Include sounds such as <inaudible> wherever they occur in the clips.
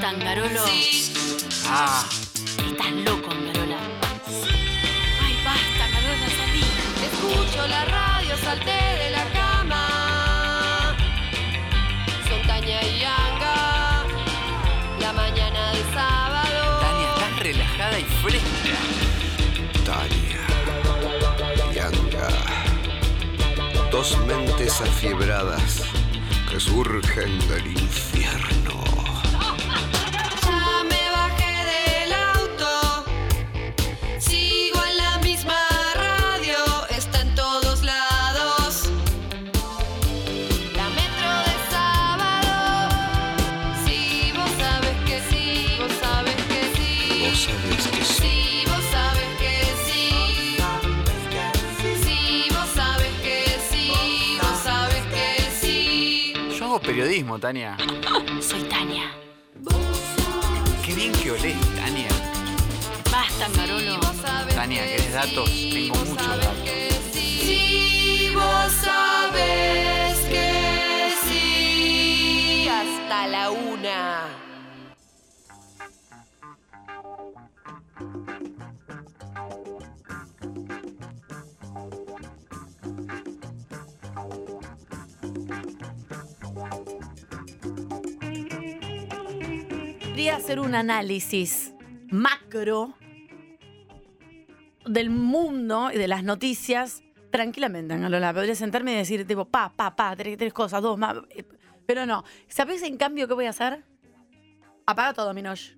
Cangarolo. Ah, Estás loco, Carola. Ay, basta, Carola, <laughs> salí. Escucho la radio, salté de la cama. Son Tania y Anga. La mañana de sábado. Tania, estás relajada y fresca. Tania, Yanga, dos mentes afiebradas que surgen del infierno. Ya me bajé del auto. Sigo en la misma radio. Está en todos lados. La metro de sábado. Si vos sabes que sí, vos sabes que sí. Vos sabés que sí, Si vos sabes que sí, si vos sabes que sí, vos sabes que sí. Yo hago periodismo, Tania. Soy Tania. Qué bien que olés, Tania. Basta, Carolo. Tania, ¿querés datos? Tengo muchos datos. Si vos sabes que sí, hasta la una. Quería hacer un análisis macro del mundo y de las noticias tranquilamente, Ana Lola. Podría sentarme y decir, tipo, pa, pa, pa, tres, tres cosas, dos más. eh, Pero no. ¿Sabés en cambio qué voy a hacer? Apaga todo, Minosh.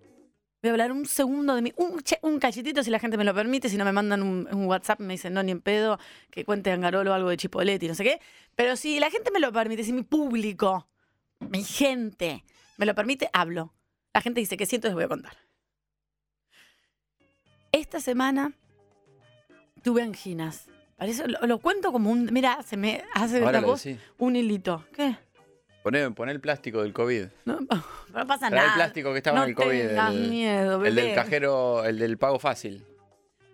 Voy a hablar un segundo de mí, un, che- un cachetito si la gente me lo permite, si no me mandan un, un WhatsApp, me dicen no, ni en pedo, que cuente Angarolo algo de Chipolete y no sé qué. Pero si la gente me lo permite, si mi público, mi gente me lo permite, hablo. La gente dice que sí, entonces voy a contar. Esta semana tuve anginas. Parece, lo, lo cuento como un. Mira, se me hace Ahora la lo voz decís. un hilito. ¿Qué? Poné, poné el plástico del COVID. No, no Trae pasa Ah, nada. el plástico que estaba no en el COVID. tengas el, miedo, el del bebé. cajero, el del pago fácil.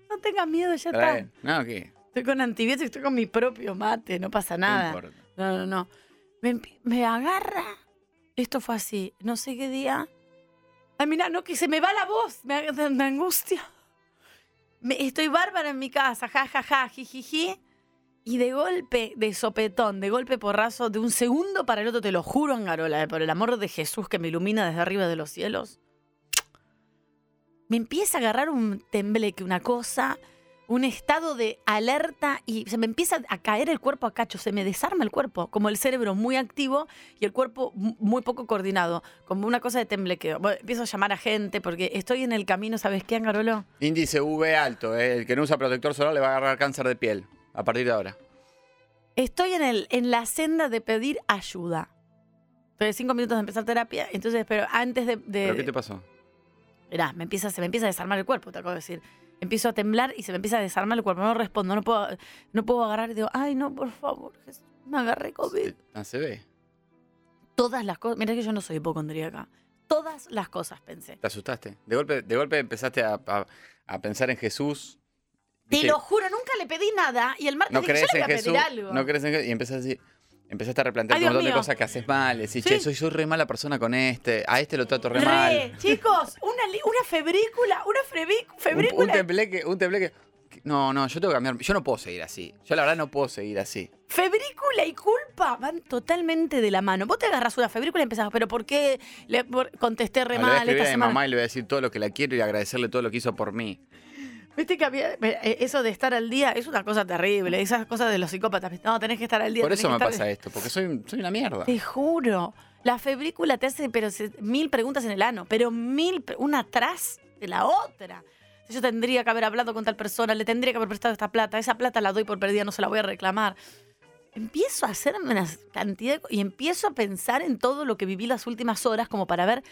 No tengas miedo, ya está. Trae. No, ¿qué? Estoy con antibióticos, estoy con mi propio mate, no pasa No nada. importa. No, no, no. Me, empi- me agarra. Esto fue así, no sé qué día. Ay, mira, no, que se me va la voz, me, ag- de- de angustia. Me- estoy bárbara en mi casa, ja, ja, ja, jijiji. Y de golpe, de sopetón, de golpe porrazo, de un segundo para el otro, te lo juro, Angarola, eh, por el amor de Jesús que me ilumina desde arriba de los cielos. Me empieza a agarrar un tembleque, una cosa, un estado de alerta y se me empieza a caer el cuerpo a cacho, se me desarma el cuerpo, como el cerebro muy activo y el cuerpo mu- muy poco coordinado, como una cosa de temblequeo. Bueno, empiezo a llamar a gente porque estoy en el camino, ¿sabes qué, Angarolo? Índice V alto. eh. El que no usa protector solar le va a agarrar cáncer de piel a partir de ahora. Estoy en, el, en la senda de pedir ayuda. Estoy a cinco minutos de empezar terapia, entonces, pero antes de... de- ¿Pero qué te pasó? Mirá, me empieza, se me empieza a desarmar el cuerpo, te acabo de decir. Empiezo a temblar y se me empieza a desarmar el cuerpo. No respondo, no puedo, no puedo agarrar. Digo, ay, no, por favor, Jesús, me agarré COVID. Ah, se ve. todas las cosas. Mira que yo no soy hipocondríaca. Todas las cosas pensé. Te asustaste. De golpe, de golpe empezaste a, a- a pensar en Jesús. Te Viste, lo juro, nunca le pedí nada y el <laughs> martes no dije, crees yo le en voy a Jesús. pedir algo. No crees en Jesús. Y empezaste, a decir- empezaste a replantear Ay, un Dios montón de mío. cosas que haces mal. Decís, Sí. che, soy, soy re mala persona con este. A este lo trato re, Re, mal. chicos, una, li- una febrícula, una frevi- Un, un febrícula. tembleque, un tembleque. No, no, yo tengo que cambiar. Yo no puedo seguir así. Yo la verdad no puedo seguir así. Febrícula y culpa van totalmente de la mano. Vos te agarras una febrícula y empezás, pero ¿por qué le por- contesté Ah, re Le voy a mal escribir esta a mi semana? mamá y le voy a decir todo lo que la quiero y agradecerle todo lo que hizo por mí. Viste que había- eh, eso de estar al día es una cosa terrible. Esas cosas de los psicópatas. No, tenés que estar al día. Por tenés eso que me estar- pasa esto, porque soy, un- soy una mierda. Te juro. La febrícula te hace pero se- mil preguntas en el ano, pero mil, pre- una atrás de la otra. Yo tendría que haber hablado con tal persona, le tendría que haber prestado esta plata, esa plata la doy por perdida, no se la voy a reclamar. Empiezo a hacerme una cantidad de co- y empiezo a pensar en todo lo que viví las últimas horas como para ver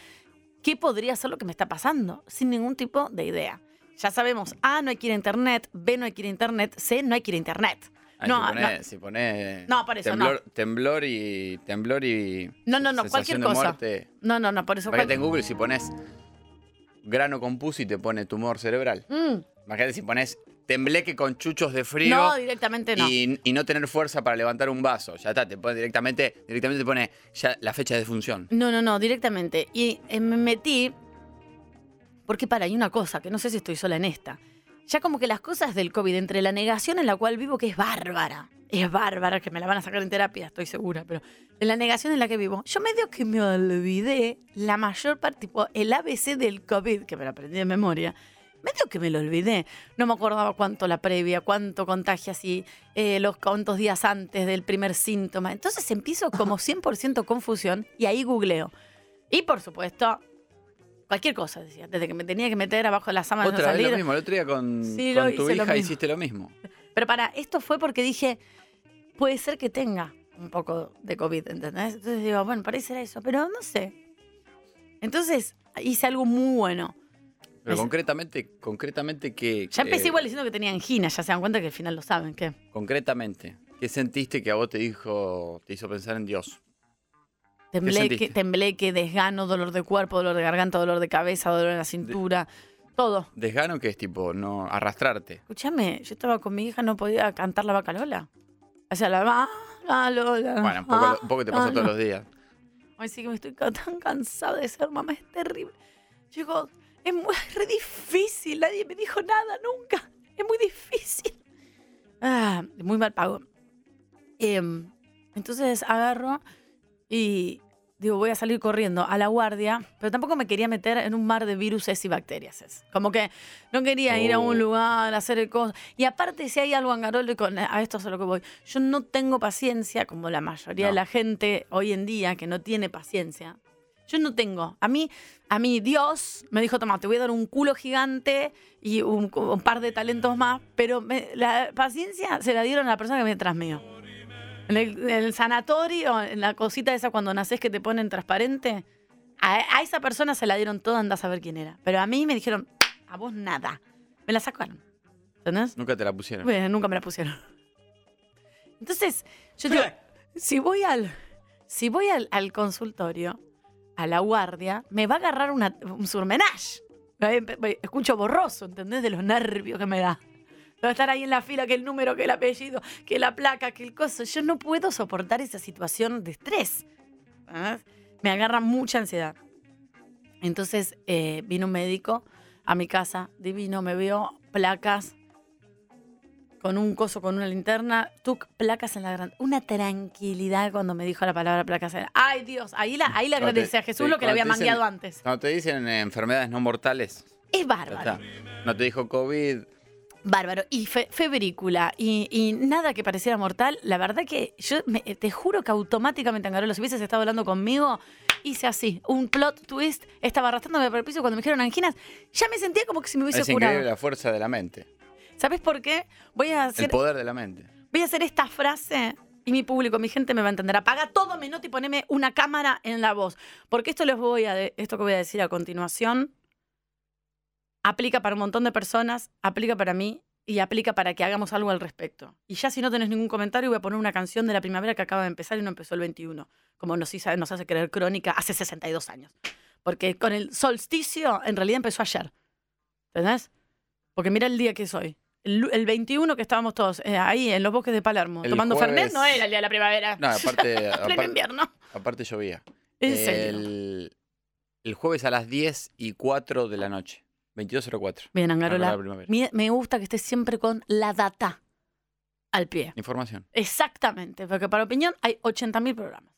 qué podría ser lo que me está pasando, sin ningún tipo de idea. Ya sabemos, A, no hay que ir a internet, B, no hay que ir a internet, C, no hay que ir a internet. Ay, no, si no, ponés, si ponés No, por eso, temblor, Temblor y. Temblor y. No, no, no, sensación cualquier de cosa. Muerte. no, no, no, por eso... Imagínate en Google si pones grano compuso y te pone tumor cerebral. Mm. Imagínate si pones tembleque con chuchos de frío. No, directamente no. Y, y no tener fuerza para levantar un vaso. Ya está, te pone directamente, directamente te pone ya la fecha de defunción. No, no, no, directamente. Y eh, me metí. Porque para, hay una cosa, que no sé si estoy sola en esta. Ya como que las cosas del COVID, entre la negación en la cual vivo, que es bárbara, es bárbara, que me la van a sacar en terapia, estoy segura, pero en la negación en la que vivo, yo medio que me olvidé la mayor parte, tipo el ABC del COVID, que me lo aprendí de memoria, medio que me lo olvidé. No me acordaba cuánto la previa, cuánto contagia así, eh, los cuantos días antes del primer síntoma. Entonces <laughs> empiezo como 100% confusión y ahí googleo. Y por supuesto, cualquier cosa, decía, desde que me tenía que meter abajo de las sábanas no Otra vez salir. lo mismo, el otro día con, Sí, con lo tu hice lo hija mismo. hiciste lo mismo. Pero para, esto fue porque dije, puede ser que tenga un poco de COVID, ¿entendés? Entonces digo, bueno, parece era eso, pero no sé. Entonces hice algo muy bueno. Pero Es- concretamente, concretamente que. Ya empecé eh, igual diciendo que tenía angina, ya se dan cuenta que al final lo saben, ¿qué? Concretamente, ¿qué sentiste que a vos te dijo, te hizo pensar en Dios? Tembleque, sentiste? tembleque, desgano, dolor de cuerpo, dolor de garganta, dolor de cabeza, dolor en la cintura, todo. Desgano que es tipo, no, arrastrarte. Escúchame, yo estaba con mi hija, no podía cantar la vaca Lola. O sea, la va- la Lola. Bueno, un poco, un poco te pasó ah, todos no. los días. Ay, sí que me estoy ca- <laughs> tan cansada de ser mamá, es terrible. Chicos, es muy es re difícil, nadie me dijo nada nunca. Es muy difícil. Ah, muy mal pago. Em, entonces agarro y digo, voy a salir corriendo a la guardia, pero tampoco me quería meter en un mar de viruses y bacterias. Como que no quería ir a un Oh. lugar, a hacer cosas. Y aparte, si hay algo angarolo, y con, a esto es a lo que voy, yo no tengo paciencia, como la mayoría de No. la gente hoy en día que no tiene paciencia. Yo no tengo. A mí, a mí Dios me dijo, toma, te voy a dar un culo gigante y un, un par de talentos más, pero me- la paciencia se la dieron a la persona que viene tras mío. En el, en el sanatorio, en la cosita esa cuando naces que te ponen transparente, a, a esa persona se la dieron toda, anda a saber quién era. Pero a mí me dijeron, a vos nada. Me la sacaron. ¿Entendés? Nunca te la pusieron. Bueno, nunca me la pusieron. Entonces, yo digo, si voy al, si voy al, al consultorio, a la guardia, me va a agarrar una- un surmenage. Me- me- me- Escucho borroso, ¿entendés? De los nervios que me da. Va a estar ahí en la fila, que el número, que el apellido, que la placa, que el coso. Yo no puedo soportar esa situación de estrés. ¿Ah? Me agarra mucha ansiedad. Entonces eh, vino un médico a mi casa, divino, me vio placas con un coso, con una linterna, tuc, placas en la gran... Una tranquilidad cuando me dijo la palabra placas en la... ¡Ay, Dios! Ahí, la, ahí le Cuando te- agradecí a Jesús sí, lo que le había cuando te dicen- mangueado antes. Cuando te dicen eh, enfermedades no mortales, Es ya bárbaro. está. No te dijo COVID, Bárbaro. Y fe- febrícula. Y, y nada que pareciera mortal. La verdad que yo me- eh, te juro que automáticamente Angarola, si hubieses estado hablando conmigo, hice así. Un plot twist. Estaba arrastrándome por el piso cuando me dijeron anginas. Ya me sentía como que si me hubiese es curado. increíble la fuerza de la mente, ¿Sabes por qué? Voy a el hacer, poder de la mente. voy a hacer esta frase. Y mi público, mi gente me va a entender. Apaga todo mi nota y poneme una cámara en la voz. Porque esto les voy a de- esto que voy a decir a continuación aplica para un montón de personas, aplica para mí y aplica para que hagamos algo al respecto. Y ya si no tenés ningún comentario, voy a poner una canción de la primavera que acaba de empezar y no empezó el 21, como nos, hizo- nos hace creer Crónica hace 62 años. Porque con el solsticio en realidad empezó ayer. ¿Entendés? Porque mira el día que es hoy. El, lu- el 21 que estábamos todos eh, ahí en los bosques de Palermo El tomando jueves- Fernet, no era el día de la primavera. <laughs> No, aparte, Pleno aparte, invierno. aparte llovía. En serio. El, el jueves a las 10 y 4 de la noche, 22.04. Bien, Angarola Angarola. Primavera. mi- Me gusta que estés siempre con la data al pie. Información. Exactamente, porque para opinión hay 80.000 programas.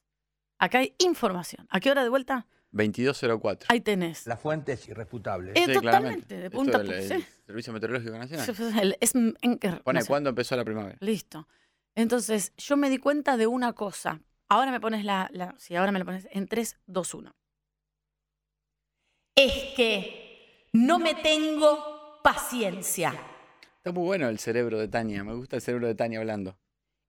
Acá hay información. ¿A qué hora de vuelta? 22.04. Ahí tenés. La fuente es irrefutable. Eh, Sí, totalmente, claramente. de Esto punta a del- punta. el sí. Servicio Meteorológico Nacional. El- Es Enker, Pone no sé. cuándo empezó la primavera. Listo. Entonces, yo me di cuenta de una cosa. Ahora me pones la. la sí, ahora me la pones en 3, 2, 1. Es que no me tengo paciencia. Está muy bueno el cerebro de Tania. Me gusta el cerebro de Tania hablando.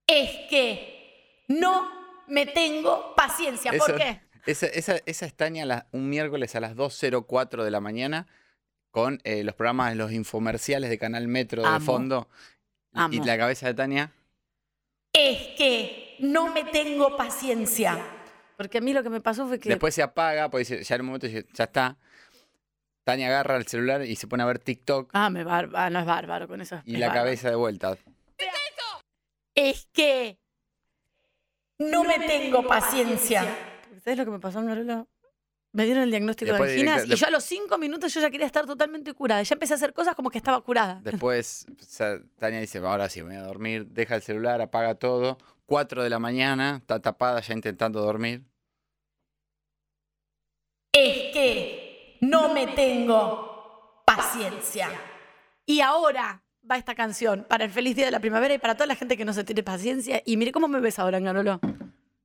Es que no me tengo paciencia. ¿Por Eso- qué? Esa, esa, esa es Tania la- un miércoles a las 2.04 de la mañana con eh, los programas, los infomerciales de Canal Metro de Amo. fondo. Y- Y Amo. la cabeza de Tania. es que no me tengo paciencia. Porque a mí lo que me pasó fue que... Después se apaga, pues dice, ya en un momento dice, ya está. Tania agarra el celular y se pone a ver TikTok Ah, me barba, no es bárbaro con eso. y es la bárbaro. cabeza de vuelta. Es que no me tengo paciencia. ¿Sabes lo que me pasó, Marulo? Me dieron el diagnóstico Después de anginas directa- y yo a los cinco minutos yo ya quería estar totalmente curada. Ya empecé a hacer cosas como que estaba curada. Después o sea, Tania dice, ahora sí, me voy a dormir, deja el celular, apaga todo. 4 de la mañana, está tapada ya intentando dormir. es que no me tengo paciencia. Y ahora va esta canción para el feliz día de la primavera y para toda la gente que no se tiene paciencia. Y mire cómo me ves ahora, Angarolo.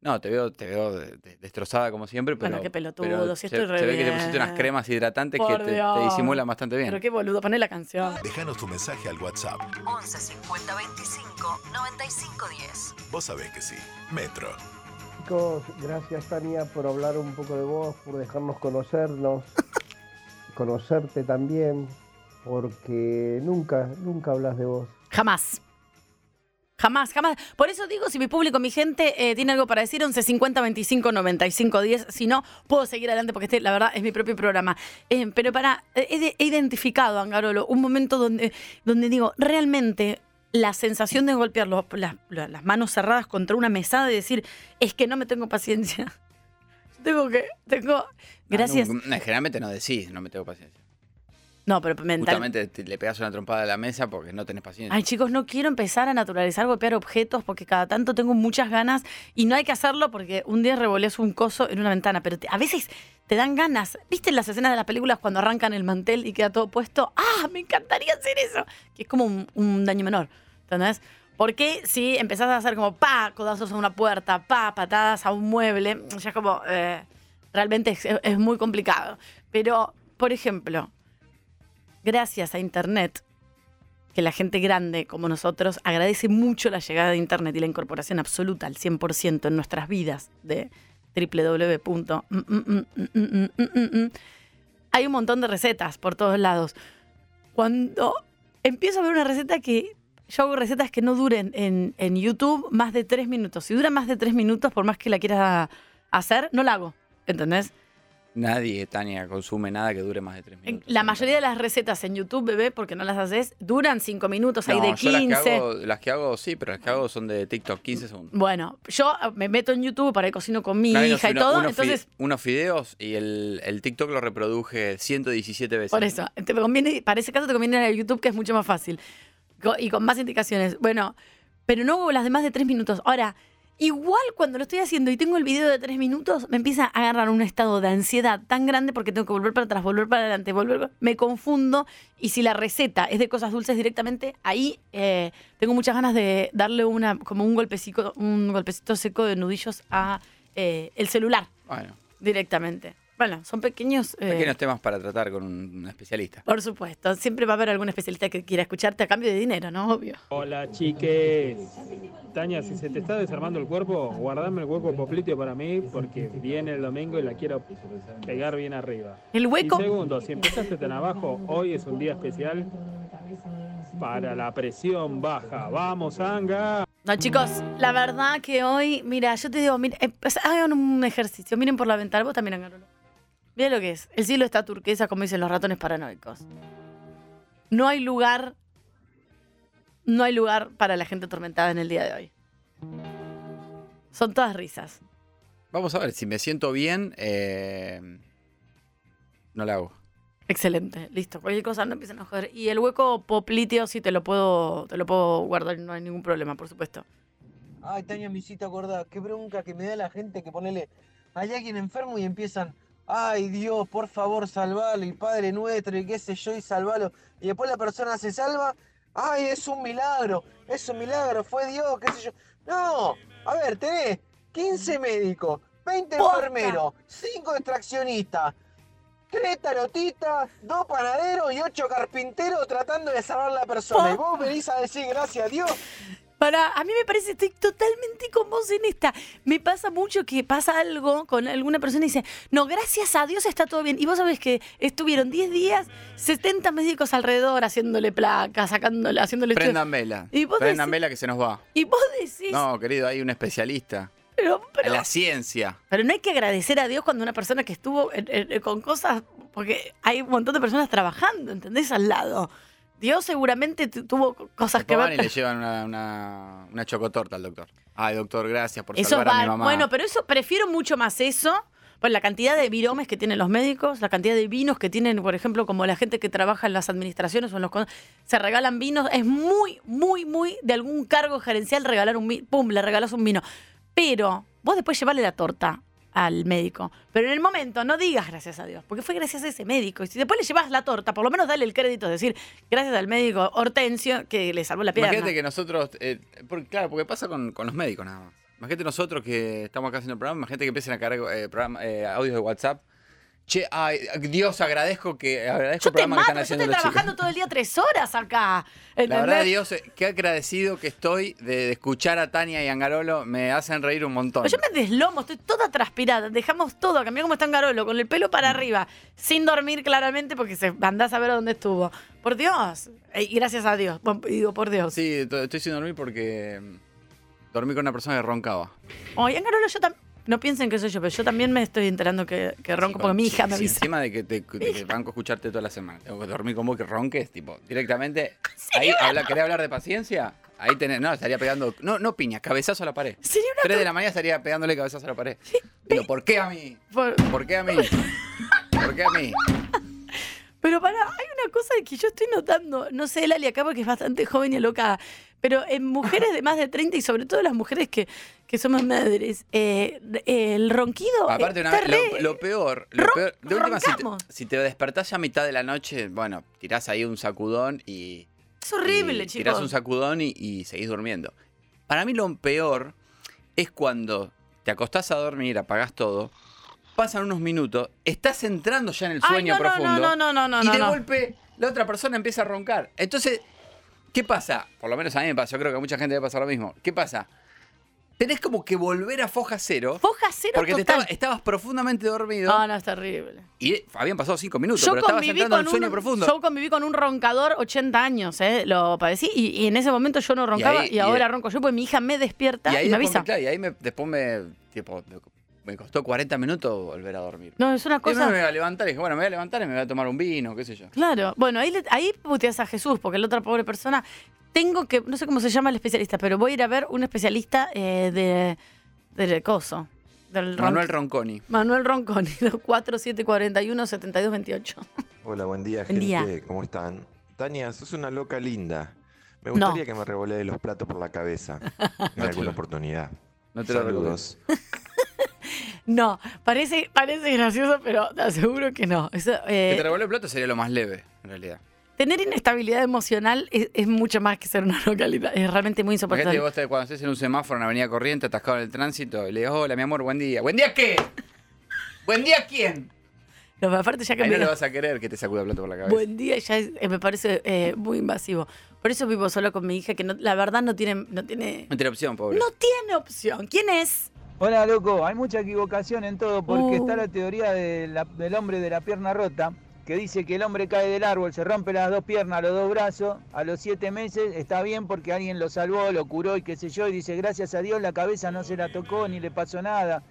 No, te veo, te veo de- de- destrozada como siempre, pero. Bueno, qué pelotudo, pero se- si estoy re Se ve que te bien. pusiste unas cremas hidratantes Por que te- te, Dios. disimulan bastante bien. Pero qué boludo, poné la canción. Déjanos tu mensaje al WhatsApp. 11 50 25 95 10. Vos sabés que sí. Metro. Chicos, gracias Tania por hablar un poco de vos, por dejarnos conocernos, conocerte también, porque nunca, nunca hablas de vos. Jamás. Jamás, jamás. Por eso digo, si mi público, mi gente eh, tiene algo para decir, 11 50 25 95 10. Si no, puedo seguir adelante porque este, la verdad, es mi propio programa. Eh, pero para, eh, he, de- he identificado, Angarolo, un momento donde, donde digo, realmente la sensación de golpear los- las- la- las manos cerradas contra una mesada y decir, es que no me tengo paciencia. <laughs> Tengo que, tengo. Ah, No, Gracias. nunca- no, generalmente no decís, no me tengo paciencia. No, pero mental, Justamente te- le pegas una trompada a la mesa porque no tenés paciencia. Ay, chicos, no quiero empezar a naturalizar golpear objetos porque cada tanto tengo muchas ganas y no hay que hacerlo porque un día revoleas un coso en una ventana, pero te- a veces te dan ganas. ¿Viste las escenas de las películas cuando arrancan el mantel y queda todo puesto? ¡Ah, me encantaría hacer eso! Que es como un, un daño menor, ¿entendés? Porque si empezás a hacer como pa, codazos a una puerta, pa, patadas a un mueble, ya es como... eh, realmente es, es muy complicado. Pero, por ejemplo, gracias a Internet, que la gente grande como nosotros agradece mucho la llegada de Internet y la incorporación absoluta al 100% en nuestras vidas de www. Hay un montón de recetas por todos lados. Cuando empiezo a ver una receta que... Yo hago recetas que no duren en, en YouTube más de tres minutos. Si dura más de tres minutos, por más que la quiera hacer, no la hago. ¿Entendés? Nadie, Tania, consume nada que dure más de tres minutos. La mayoría de las recetas en YouTube, bebé, porque no las haces, duran 5 minutos, No, hay de yo 15. Las que, hago, las que hago, sí, pero las que hago son de TikTok, 15 segundos. Bueno, yo ah, me meto en YouTube para ir cocino con mi Una vez hija y uno- todo, unos fi- entonces unos fideos y el, el TikTok lo reproduje 117 veces. por eso, te conviene, para ese caso te conviene el YouTube que es mucho más fácil co- y con más indicaciones. Bueno, pero no hago las demás de 3 minutos. Ahora, igual cuando lo estoy haciendo y tengo el video de 3 minutos, me empieza a agarrar un estado de ansiedad tan grande porque tengo que volver para atrás, volver para adelante, volver, me confundo y si la receta es de cosas dulces directamente, ahí eh, tengo muchas ganas de darle una como un golpecito, un golpecito seco de nudillos a eh, el celular. Bueno, directamente. Bueno, son pequeños. eh, pequeños temas para tratar con un, un especialista. Por supuesto, siempre va a haber algún especialista que quiera escucharte a cambio de dinero, ¿no? Obvio. Hola chiques. Tania, si se te está desarmando el cuerpo, guardame el hueco popliteo para mí porque viene el domingo y la quiero pegar bien arriba. El Y hueco. segundo, si empezaste tan abajo, hoy es un día especial para la presión baja. Vamos, Anga. No, chicos, la verdad que hoy, mira, yo te digo, mira, empe- hagan un ejercicio, miren por la ventana, vos también háganlo. Mira lo que es. El cielo está turquesa, como dicen los ratones paranoicos. No hay lugar. No hay lugar para la gente atormentada en el día de hoy. Son todas risas. Vamos a ver, si me siento bien, eh, no la hago. Excelente, listo. Cualquier cosa no empiecen a joder. Y el hueco popliteo sí te lo puedo, te lo puedo guardar, no hay ningún problema, por supuesto. Ay, Tania, me hiciste acordar. Qué bronca que me da la gente que ponele. Hay alguien enfermo y empiezan. Ay, Dios, por favor, salvalo. Y Padre nuestro, y qué sé yo, y salvalo. Y después la persona se salva. Ay, es un milagro. Es un milagro. Fue Dios, qué sé yo. No. A ver, tenés 15 médicos, 20 Posta. enfermeros, 5 extraccionistas. Tres tarotistas, dos panaderos y ocho carpinteros tratando de salvar la persona. Y vos venís a decir gracias a Dios. Para, a mí me parece, estoy totalmente con vos en esta. Me pasa mucho que pasa algo con alguna persona y dice, no, gracias a Dios está todo bien. Y vos sabés que estuvieron 10 días, 70 médicos alrededor haciéndole placas, sacándole, haciéndole... estudios. Prendan vela. Y vos Prendan decís- vela que se nos va. Y vos decís, No, querido, hay un especialista. pero, pero- La ciencia. Pero no hay que agradecer a Dios cuando una persona que estuvo en- en- con cosas Porque hay un montón de personas trabajando, ¿entendés? Al lado. Dios seguramente tu- tuvo cosas que Toman y ver. le llevan una, una, una chocotorta al doctor. Ay, doctor, gracias por Eso salvar a va- mi mamá. Bueno, pero eso prefiero mucho más eso. Por la cantidad de viromes que tienen los médicos, la cantidad de vinos que tienen, por ejemplo, como la gente que trabaja en las administraciones o en los con- se regalan vinos, es muy, muy, muy de algún cargo gerencial regalar un vino, pum, le regalas un vino. Pero vos después llevarle la torta al médico. Pero en el momento no digas gracias a Dios, porque fue gracias a ese médico. Y si después le llevas la torta, por lo menos dale el crédito, es decir, gracias al médico Hortensio que le salvó la pierna. Imagínate que nosotros, eh, porque, claro, porque pasa con, con los médicos nada más. Imagínate nosotros que estamos acá haciendo el programa, imagínate que empiecen a cargar eh, programa- eh, audios de WhatsApp. Che, ay, Dios, agradezco que agradezco Yo el te programa mato, que yo están haciendo estoy los chicos. trabajando todo el día tres horas acá. La verdad, ¿entendés? Dios, eh, qué agradecido que estoy de, de escuchar a Tania y Angarolo. Me hacen reír un montón. Pero yo me deslomo, estoy toda transpirada. Dejamos todo, acá, mirá cómo está en Garolo, con el pelo Mm. para arriba, sin dormir claramente porque se andás a ver dónde estuvo. Por Dios. Eh, Y gracias a Dios. Bueno, Digo, por Dios. Sí, to- estoy sin dormir porque mm, dormí con una persona que roncaba. Oye, en Garolo yo también. No piensen que soy yo, pero yo también me estoy enterando que, que ronco porque mi hija me Sí, avisa. Encima de que te de que banco escucharte toda la semana. Tengo que dormir con vos que ronques, tipo, directamente. Ahí, habla, ¿Querés hablar de paciencia? Ahí tenés. No, estaría pegando. No, no piña, cabezazo a la pared. Tres de la mañana estaría pegándole cabezazo a la pared. Digo, ¿por qué a mí? Por- ¿Por qué a mí? ¿Por qué a mí? Pero para, hay una cosa que yo estoy notando, no sé, Lali, acá porque es bastante joven y alocada, pero en mujeres de más de 30 y sobre todo las mujeres que, que somos madres, eh, el ronquido. Aparte, eh, una está vez, re- lo, lo peor, lo peor- de última, si te, roncamos. si te despertás ya a mitad de la noche, bueno, tirás ahí un sacudón y. Es horrible, y chicos. Tirás un sacudón y, y seguís durmiendo. Para mí lo peor es cuando te acostás a dormir, apagás todo, pasan unos minutos, estás entrando ya en el Ay, sueño no, no, profundo. no, no, no, no, y no, de no. golpe la otra persona empieza a roncar. Entonces, ¿qué pasa? Por lo menos a mí me pasa, yo creo que a mucha gente le pasa lo mismo. ¿Qué pasa? Tenés como que volver a foja cero. Foja cero Porque te total. Ah, estaba- estabas profundamente dormido. No, no, es terrible. Y habían pasado cinco minutos, Yo pero estabas conviví, entrando con en el sueño un, profundo. yo conviví con un roncador 80 años, eh, lo padecí, y, y en ese momento yo no roncaba y, ahí- y ahora ahí- ronco yo, porque mi hija me despierta y y, ahí me después, avisa. me- claro, y ahí me, después me, tipo, me costó 40 minutos volver a dormir. No, es una Y cosa... me voy a levantar y dije, bueno, me voy a levantar y me voy a tomar un vino, qué sé yo. Claro, bueno, ahí, le- ahí puteas a Jesús, porque la otra pobre persona, tengo que, no sé cómo se llama el especialista, pero voy a ir a ver un especialista eh, de, del coso. Del ron- Manuel Ronconi. Manuel Ronconi, <laughs> 4741-7228. Hola, buen día, Buen gente. día. ¿Cómo están? Tania, sos una loca linda. Me No. gustaría que me revolees los platos por la cabeza <laughs> en alguna oportunidad. No te Saludos. <laughs> No, parece, parece gracioso, pero te aseguro que no. Eso, eh, que te revuelve el plato sería lo más leve, en realidad. tener inestabilidad emocional es, es mucho más que ser una localidad, es realmente muy Imagínate que insoportable. vos te- cuando estés en un semáforo en Avenida Corriente, atascado en el tránsito, y le digas, hola, mi amor, buen día. ¿Buen día qué? ¿Buen día <laughs> quién? No, aparte ya que Ahí me- no le vas a querer que te sacuda el plato por la cabeza. Buen día ya es- eh, me parece eh, muy invasivo. Por eso vivo solo con mi hija, que no- la verdad no tiene, no tiene No tiene opción, pobre. No tiene opción. ¿Quién es? Hola, loco. Hay mucha equivocación en todo porque Uh. está la teoría de la- del hombre de la pierna rota, que dice que el hombre cae del árbol, se rompe las dos piernas, los dos brazos, a los siete meses está bien porque alguien lo salvó, lo curó y qué sé yo, y dice, gracias a Dios la cabeza no se la tocó ni le pasó nada.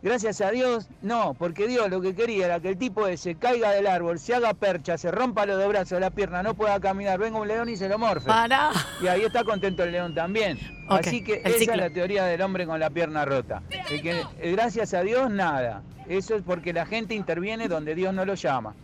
Gracias a Dios, no, porque Dios lo que quería era que el tipo ese caiga del árbol, se haga percha, se rompa los dos brazos, la pierna, no pueda caminar, venga un león y se lo morfe. Para. Y ahí está contento el león también. Ok, Así que el esa ciclo. es la teoría del hombre con la pierna rota. De que, eh, gracias a Dios, nada. Eso es porque la gente interviene donde Dios no lo llama.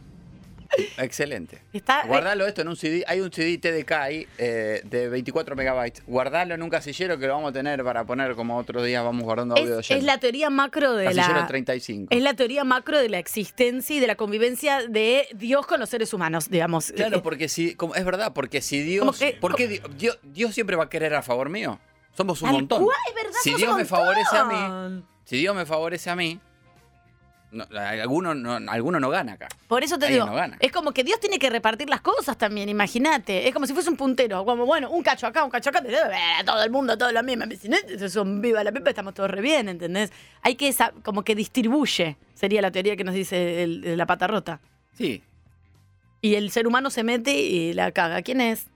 Excelente. Está- eh, Guardalo esto en un CD. Hay un CD TDK ahí, eh, de 24 megabytes. Guardalo en un casillero que lo vamos a tener para poner como otros días vamos guardando audio de Es, es oyente. la teoría macro de Casillero la. 35. Es la teoría macro de la existencia y de la convivencia de Dios con los seres humanos, digamos. eh, Claro, porque si. como- es verdad, porque si Dios. que- ¿Por qué Di- Dios, Dios siempre va a querer a favor mío? Somos un Tal montón. cual, es verdad, si somos Dios un me favorece a montón. mí. Si Dios me favorece a mí. no, alguno, no, alguno no gana acá. Por eso te Alguien digo, no gana. es como que Dios tiene que repartir las cosas también, imagínate. Es como si fuese un puntero, como bueno, un cacho acá, un cacho acá, todo el mundo, todo lo mismo. "Eh, Si no, si son viva la pipa, estamos todos re bien, ¿entendés? Hay que, sa- como que distribuye, sería la teoría que nos dice el- de la pata rota. Sí. Y el ser humano se mete y la caga. ¿Quién es?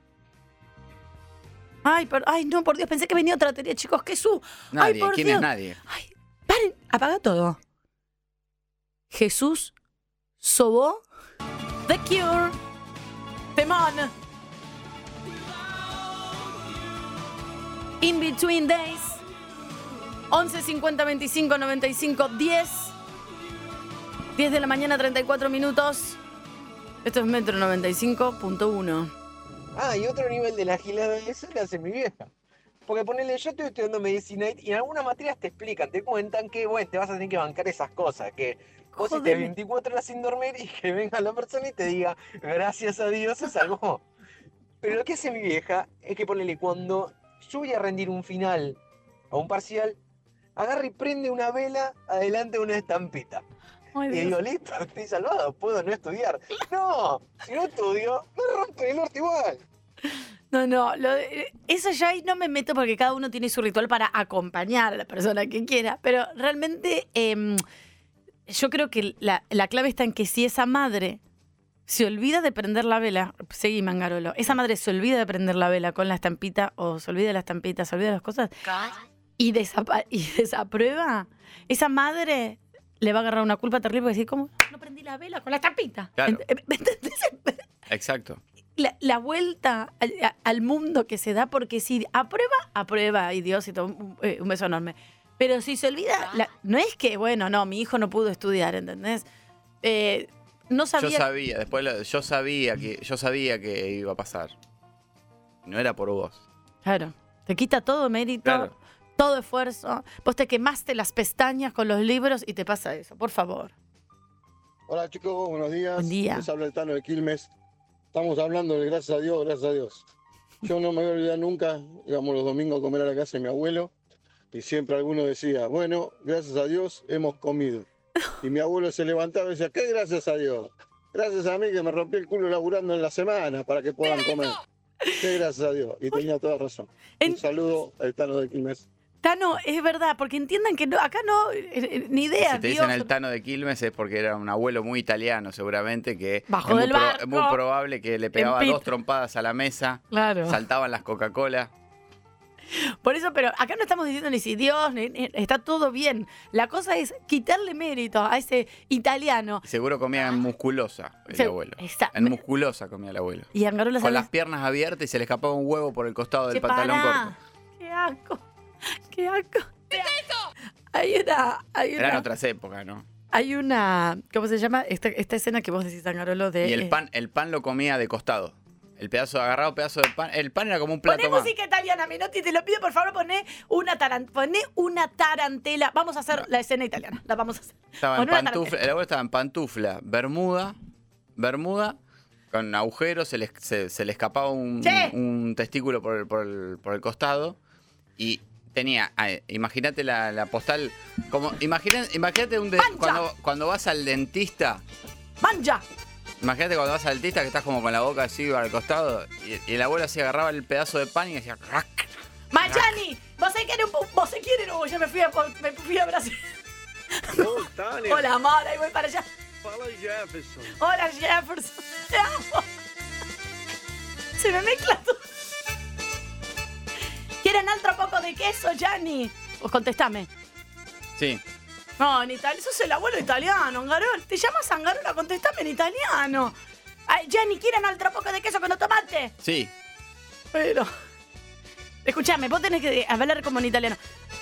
Ay, por- ay, no, por Dios, pensé que venía otra teoría, chicos, ¿qué su? Nadie. ay, por ¿Quién Dios. es nadie? Paren, apaga todo. Jesús Sobó The Cure. Temón. In Between Days. 11 50 25 95 10. 10 de la mañana, 34 minutos. Esto es Metro 95.1. Ah, y otro nivel de la gilada de eso lo hace mi vieja. Porque ponele, yo estoy estudiando medicina y y en algunas materias te explican, te cuentan que, bueno, te vas a tener que bancar esas cosas, que vos estés Jodeme. 24 horas sin dormir y que venga la persona y te diga, gracias a Dios se salvó. Pero lo que hace mi vieja es que ponele, cuando yo voy a rendir un final o un parcial, agarra y prende una vela adelante de una estampita. Ay, Y Dios. digo, listo, <laughs> estoy salvado, puedo no estudiar. No, si no estudio, me rompe el norte igual. No, no, lo de- eso ya ahí no me meto porque cada uno tiene su ritual para acompañar a la persona que quiera, pero realmente em, yo creo que la, la clave está en que si esa madre se olvida de prender la vela, seguí Mangarolo, esa madre se olvida de prender la vela con la estampita o se olvida de la estampita, se olvida de las cosas y, desapa- y <laughs> desaprueba, esa madre le va a agarrar una culpa terrible y va a decir, ¿cómo? No prendí la vela <laughs> con la estampita. Claro. Exacto. la, la vuelta al, a- al mundo que se da, porque si aprueba, aprueba, y Dios, y todo, un, eh, un beso enorme. Pero si se olvida, la- no es que, bueno, no, mi hijo no pudo estudiar, ¿entendés? Eh, no sabía. Yo sabía, después lo- yo sabía que yo sabía que iba a pasar. No era por vos. Claro, te quita todo mérito, Claro. todo esfuerzo. Vos te quemaste las pestañas con los libros y te pasa eso, por favor. Hola chicos, buenos días. Buen día. Les habla el Tano de Quilmes. Estamos hablando de gracias a Dios, gracias a Dios. Yo no me voy a olvidar nunca, íbamos los domingos a comer a la casa de mi abuelo y siempre alguno decía, bueno, gracias a Dios hemos comido. Y mi abuelo se levantaba y decía, ¿qué gracias a Dios? Gracias a mí que me rompí el culo laburando en la semana para que puedan <laughs> comer. Qué gracias a Dios. Y tenía toda razón. Un saludo al Tano de Quilmes. Tano, es verdad, porque entiendan que no, acá no, eh, eh, ni idea. Si te Dios, dicen el Tano de Quilmes es porque era un abuelo muy italiano, seguramente, que Bajo es, muy del proba- barco. es muy probable que le pegaba pit. dos trompadas a la mesa, Claro. saltaban las Coca-Cola. Por eso, pero acá no estamos diciendo ni si Dios, ni- ni- está todo bien. La cosa es quitarle mérito a ese italiano. Seguro comía en musculosa el Ah. Se- abuelo. está- En musculosa comía el abuelo. Y Angarola Con sabe- las piernas abiertas y se le escapaba un huevo por el costado del Che, pantalón pará. corto. ¡Qué asco! ¡Qué asco! Hay una, hay Eran una, otras épocas, ¿no? hay una, ¿cómo se llama? Esta, esta escena que vos decís, Angarolo, de... Y eh, el pan, el pan lo comía de costado. El pedazo agarrado, pedazo de pan. El pan era como un plato Poné más. música italiana, Menotti, te lo pido, por favor, poné una, taran- poné una tarantela. Vamos a hacer la escena italiana, la vamos a hacer. Estaba en Poné una pantufla, tarantela. el abuelo estaba en pantufla, bermuda, bermuda, con agujeros, se le, se, se le escapaba un, Che. un testículo por el, por, el, por el costado y tenía, ah, eh, imagínate la, la postal, como, imagina- imagínate un de- cuando, cuando vas al dentista, ¡Mancha! imagínate cuando vas al dentista que estás como con la boca así al costado y, y el abuelo se agarraba el pedazo de pan y decía, "Rac". ¡Mayani! ¿Vos sé quién ¿Vos sé quién eres? Yo me fui a, me fui a Brasil. Hola, amor, ahí voy para allá. Fala Jefferson. Hola, Jefferson. Te amo. Se me mezcla todo. ¿Quieren otro poco de queso, Gianni? Pues contestame. Sí, No, en italiano. Sos el abuelo italiano, Angarol. Te llamas Angarola, contestame en italiano. Ay, Gianni, ¿quieren otro poco de queso con no tomate? sí. Pero. Escuchame, vos tenés que hablar como en italiano.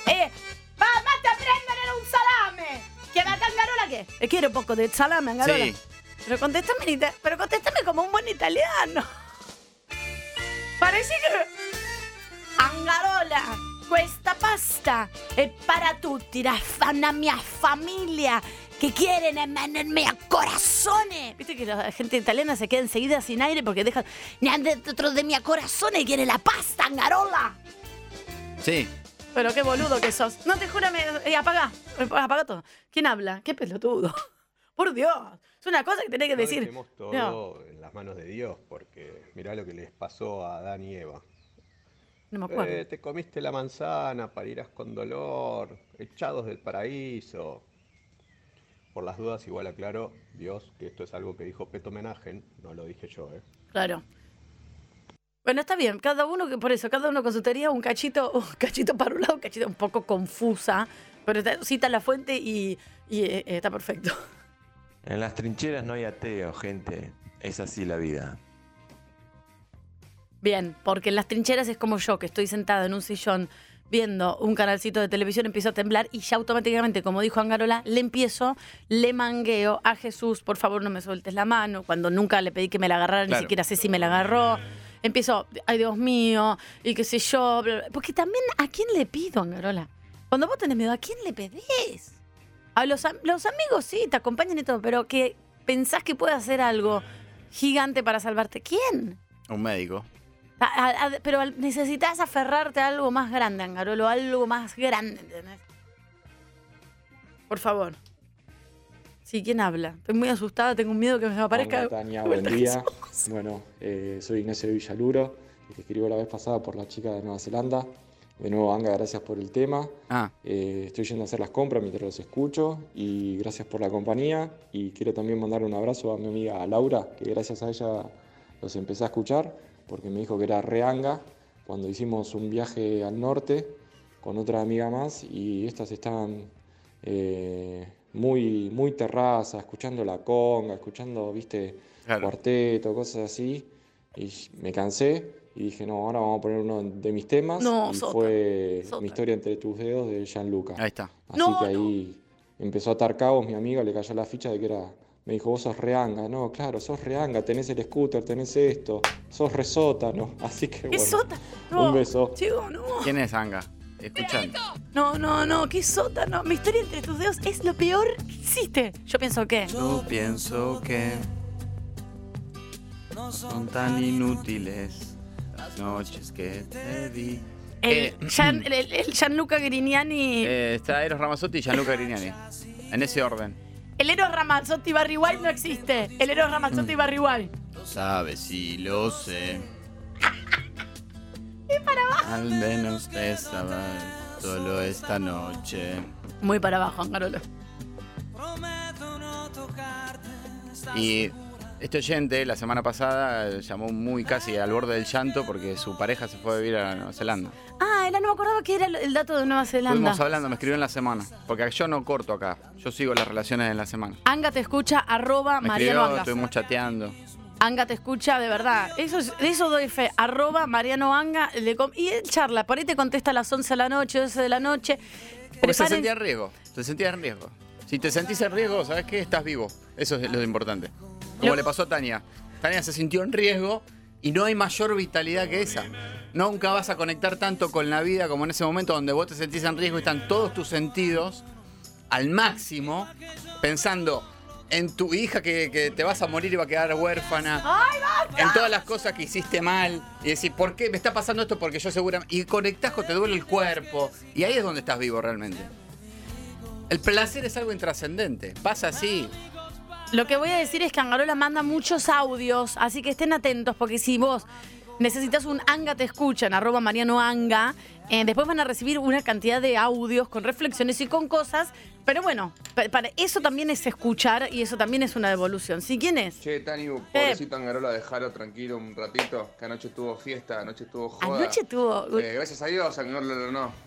Eh, mamá, te prendere un salame. ¿Que va a Angarola qué? Eh, quiero un poco de salame, Angarola. Sí. Pero contéstame, en ita- pero contéstame como un buen italiano. <laughs> Parece que. Angarola, questa pasta è para tutti, la, fa- la mia famiglia que quieren envenenarme a corazones. Viste que la gente italiana se queda enseguida sin aire porque dejan. "Ne han dentro de mi corazones quiere la pasta, Angarola. Sí. Pero qué boludo que sos. No te júrame, eh, apagá, eh, apagá todo. ¿Quién habla? Qué pelotudo. <laughs> Por Dios, es una cosa que tenés que No decir. dejemos todo No, en las manos de Dios, porque mirá lo que les pasó a Adán y Eva. no me acuerdo. Eh, te comiste la manzana, parirás con dolor, echados del paraíso. Por las dudas, igual aclaro, Dios, que esto es algo que dijo Peto Menagen, no lo dije yo, ¿eh? Claro. Bueno, está bien, cada uno que por eso, cada uno con su teoría, un cachito, <laughs> un cachito para un lado, un cachito un poco confusa, pero está- cita la fuente y, y, eh, está perfecto. En las trincheras no hay ateo, gente. Es así la vida. Bien, porque en las trincheras es como yo, que estoy sentada en un sillón viendo un canalcito de televisión, empiezo a temblar y ya automáticamente, como dijo Angarola, le empiezo, le mangueo a Jesús, por favor no me sueltes la mano, cuando nunca le pedí que me la agarrara, Claro. ni siquiera sé si me la agarró. Empiezo, ay Dios mío, y qué sé yo, bla, bla. porque también a quién le pido, Angarola. Cuando vos tenés miedo, ¿a quién le pedís? A los, am- los amigos sí, te acompañan y todo, pero que pensás que puede hacer algo gigante para salvarte. ¿Quién? Un médico. A- a- a- pero al- necesitas aferrarte a algo más grande, Angarolo, algo más grande, ¿entendés? Por favor. Sí, ¿quién habla? Estoy muy asustada, tengo un miedo que me aparezca. Hola, <laughs> Tania, buen Vuelta día. Jesús. Bueno, eh, soy Ignacio Villaluro, y te escribo la vez pasada por la chica de Nueva Zelanda. De nuevo, Anga, gracias por el tema. Ah, Eh, estoy yendo a hacer las compras mientras los escucho y gracias por la compañía. Y quiero también mandar un abrazo a mi amiga Laura, que gracias a ella los empecé a escuchar porque me dijo que era reanga cuando hicimos un viaje al norte con otra amiga más y estas están eh, muy, muy terraza, escuchando la conga, escuchando, viste, cuarteto, cosas así. Y me cansé y dije, no, ahora vamos a poner uno de mis temas. No, y Sota, fue Sota. mi historia entre tus dedos de Gianluca. Ahí está. Así que ahí empezó a atar cabos, mi amiga le cayó la ficha de que era. Me dijo, vos sos reanga, no, claro, sos reanga, tenés el scooter, tenés esto, sos resótano. <laughs> Así que ¿Qué bueno. sota? No, un beso. Chico, no. ¿Quién es Anga? Escuchan. No, no, no, qué sótano. Mi historia entre tus dedos es lo peor que hiciste. Yo pienso que. Yo pienso que no son tan inútiles las noches que te di. El, Gian- el- el- el Gianluca Grignani. Eh, está Eros Ramazzotti y Gianluca Grignani. En ese orden. El Eros Ramazzotti Barry White no existe. El Eros Ramazzotti Barry White. Lo sabes sí lo sé. Y para abajo. Al menos esta vez, solo esta noche. Muy para abajo, Angarolo. Y este oyente la semana pasada eh, llamó muy casi al borde del llanto porque su pareja se fue a vivir a Nueva Zelanda. Ah, era, no me acordaba que era el- el dato de Nueva Zelanda. Estuvimos hablando, me escribió en la semana. Porque yo no corto acá, yo sigo las relaciones en la semana. Anga te escucha, arroba Me Mariano escribió, Anga. estuvimos chateando. Anga te escucha, de verdad. Eso, es- de eso doy fe. Arroba Mariano Anga. le com- y él charla. Por ahí te contesta a las 11 de la noche, 12 de la noche. Porque se Preparen- sentía en riesgo, se sentía en riesgo. Si te sentís en riesgo, ¿sabes qué? Estás vivo. Eso es lo importante. Como le pasó a Tania. Tania se sintió en riesgo y no hay mayor vitalidad que esa. Nunca vas a conectar tanto con la vida como en ese momento donde vos te sentís en riesgo y están todos tus sentidos al máximo pensando en tu hija que, que te vas a morir y va a quedar huérfana. ¡Ay, basta! En todas las cosas que hiciste mal y decís, ¿por qué me está pasando esto? Porque yo seguramente... Y conectás con te duele el cuerpo. Y ahí es donde estás vivo realmente. El placer es algo intrascendente. Pasa así. Lo que voy a decir es que Angarola manda muchos audios, así que estén atentos, porque si vos necesitas un Anga te escuchan, arroba Mariano Anga, eh, después van a recibir una cantidad de audios con reflexiones y con cosas, pero bueno, pa- para eso también es escuchar y eso también es una devolución. ¿Sí quién es? Eh. Che, Tani, pobrecito Angarola, dejalo tranquilo un ratito, que anoche tuvo fiesta, anoche tuvo joda. Anoche tuvo- Eh, gracias a Dios, Angarola no.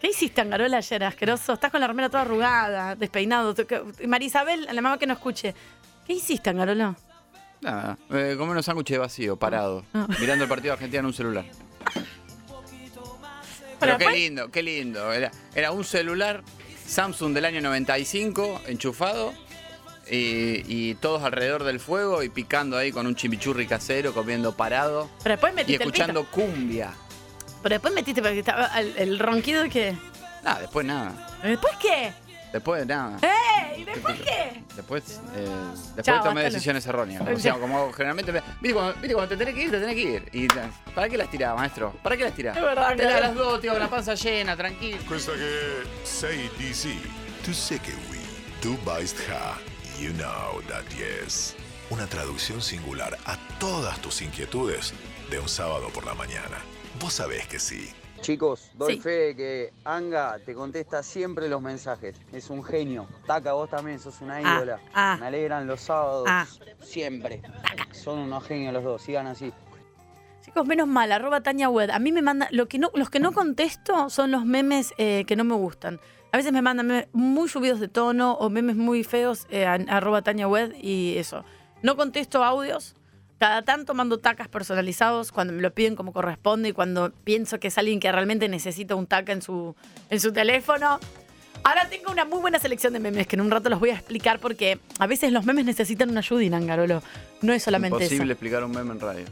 ¿Qué hiciste Angarola ayer, asqueroso? Estás con la remera toda arrugada, despeinado. Tú que- Marisabel, a la mamá que no escuche. ¿Qué hiciste Angarola? Nada. Eh, comer un sándwich de vacío, parado. Mirando el partido de Argentina en un celular. Pero qué lindo, qué lindo. Era, era un celular Samsung del año 95, enchufado. Y, y todos alrededor del fuego y picando ahí con un chimichurri casero, comiendo parado. Pero <laughs> después y metiste el pito. escuchando cumbia. Pero después metiste porque estaba el, el ronquido que... Nada, después nada. ¿Después qué? Después nada. ¡Eh! ¿Y después qué? Después, eh, después Chao, tomé hasta decisiones <laughs> erróneas. O sea, como generalmente. me- ¿Viste cuando, viste cuando te tenés que ir? Te tenés que ir. Y, eh, ¿Para qué las tirás, maestro? ¿Para qué las tirás? Es verdad, Te la- claro. las dos, tío, con la panza llena, tranquilo. Questa che sei DC, tu sé que we, tú weißt ja, you know that yes. Una traducción singular a todas tus inquietudes de un sábado por la mañana. Vos sabés que sí. Chicos, doy fe de que Anga te contesta siempre los mensajes. Es un genio. Taca, vos también sos una ídola. Me alegran los sábados. Ah. Siempre. Son unos genios los dos. Sigan así. Chicos, menos mal, arroba Tania Wed. A mí me manda. Lo que no, los que no contesto son los memes eh, que no me gustan. A veces me mandan memes muy subidos de tono o memes muy feos eh, a, arroba Tania Wed y eso. No contesto audios. Cada tanto mando tacas personalizados cuando me lo piden como corresponde y cuando pienso que es alguien que realmente necesita un taca en su, en su teléfono. Ahora tengo una muy buena selección de memes que en un rato los voy a explicar porque a veces los memes necesitan una ayuda, Nangarolo. No es solamente Imposible eso. explicar un meme en radio.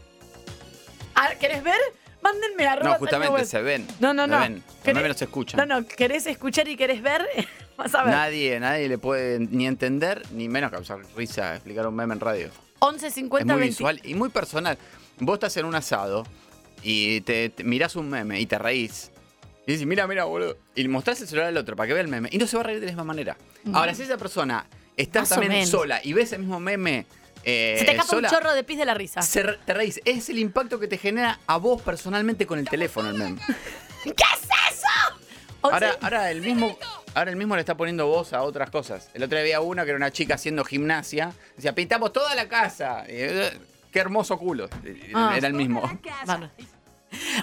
Ah, ¿Querés ver? Mándenme arroba No, Tania justamente Wed. se ven. No, no, se no. ven. Los ¿Querés- memes no se escuchan. No, no, ¿querés escuchar y querés ver? <laughs> Vas a ver. Nadie, nadie le puede ni entender, ni menos causar risa explicar un meme en radio. 11 50 es muy 20. visual y muy personal. Vos estás en un asado y te, te mirás un meme y te reís. Y dices, mira, mira, boludo. Y le mostrás el celular al otro para que vea el meme. Y no se va a reír de la misma manera. Ujú. Ahora, si esa persona está Más o también menos. sola y ve ese mismo meme. eh, Se te escapa sola, un chorro de pis de la risa. se re- te reís. Es el impacto que te genera a vos personalmente con el teléfono el meme. ¿Qué es eso? Oh, Ahora, ahora el mismo. Ahora el mismo le está poniendo voz a otras cosas. El otro día había una que era una chica haciendo gimnasia. Decía, pintamos toda la casa. Eh, Qué hermoso culo. Ah. Era el <laughs> mismo. Vale.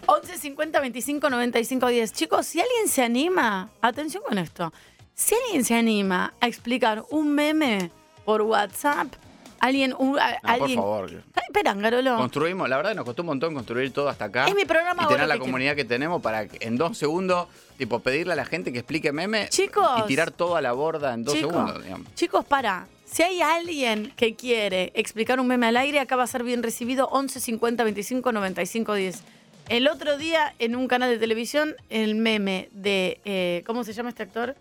11 50 25 95 10. Chicos, si alguien se anima, atención con esto. Si alguien se anima a explicar un meme por WhatsApp, alguien. un- a- No, por alguien favor. Ay, Espera, Angarolo. Construimos, la verdad que nos costó un montón construir todo hasta acá. Es mi programa Y tener ahora la que quiero. comunidad que tenemos para que en dos segundos, tipo, pedirle a la gente que explique meme Chicos. y tirar todo a la borda en dos Chicos. segundos, digamos. Chicos, para. Si hay alguien que quiere explicar un meme al aire, acá va a ser bien recibido 11 50 25 95 10. El otro día, en un canal de televisión, el meme de. eh, ¿Cómo se llama este actor?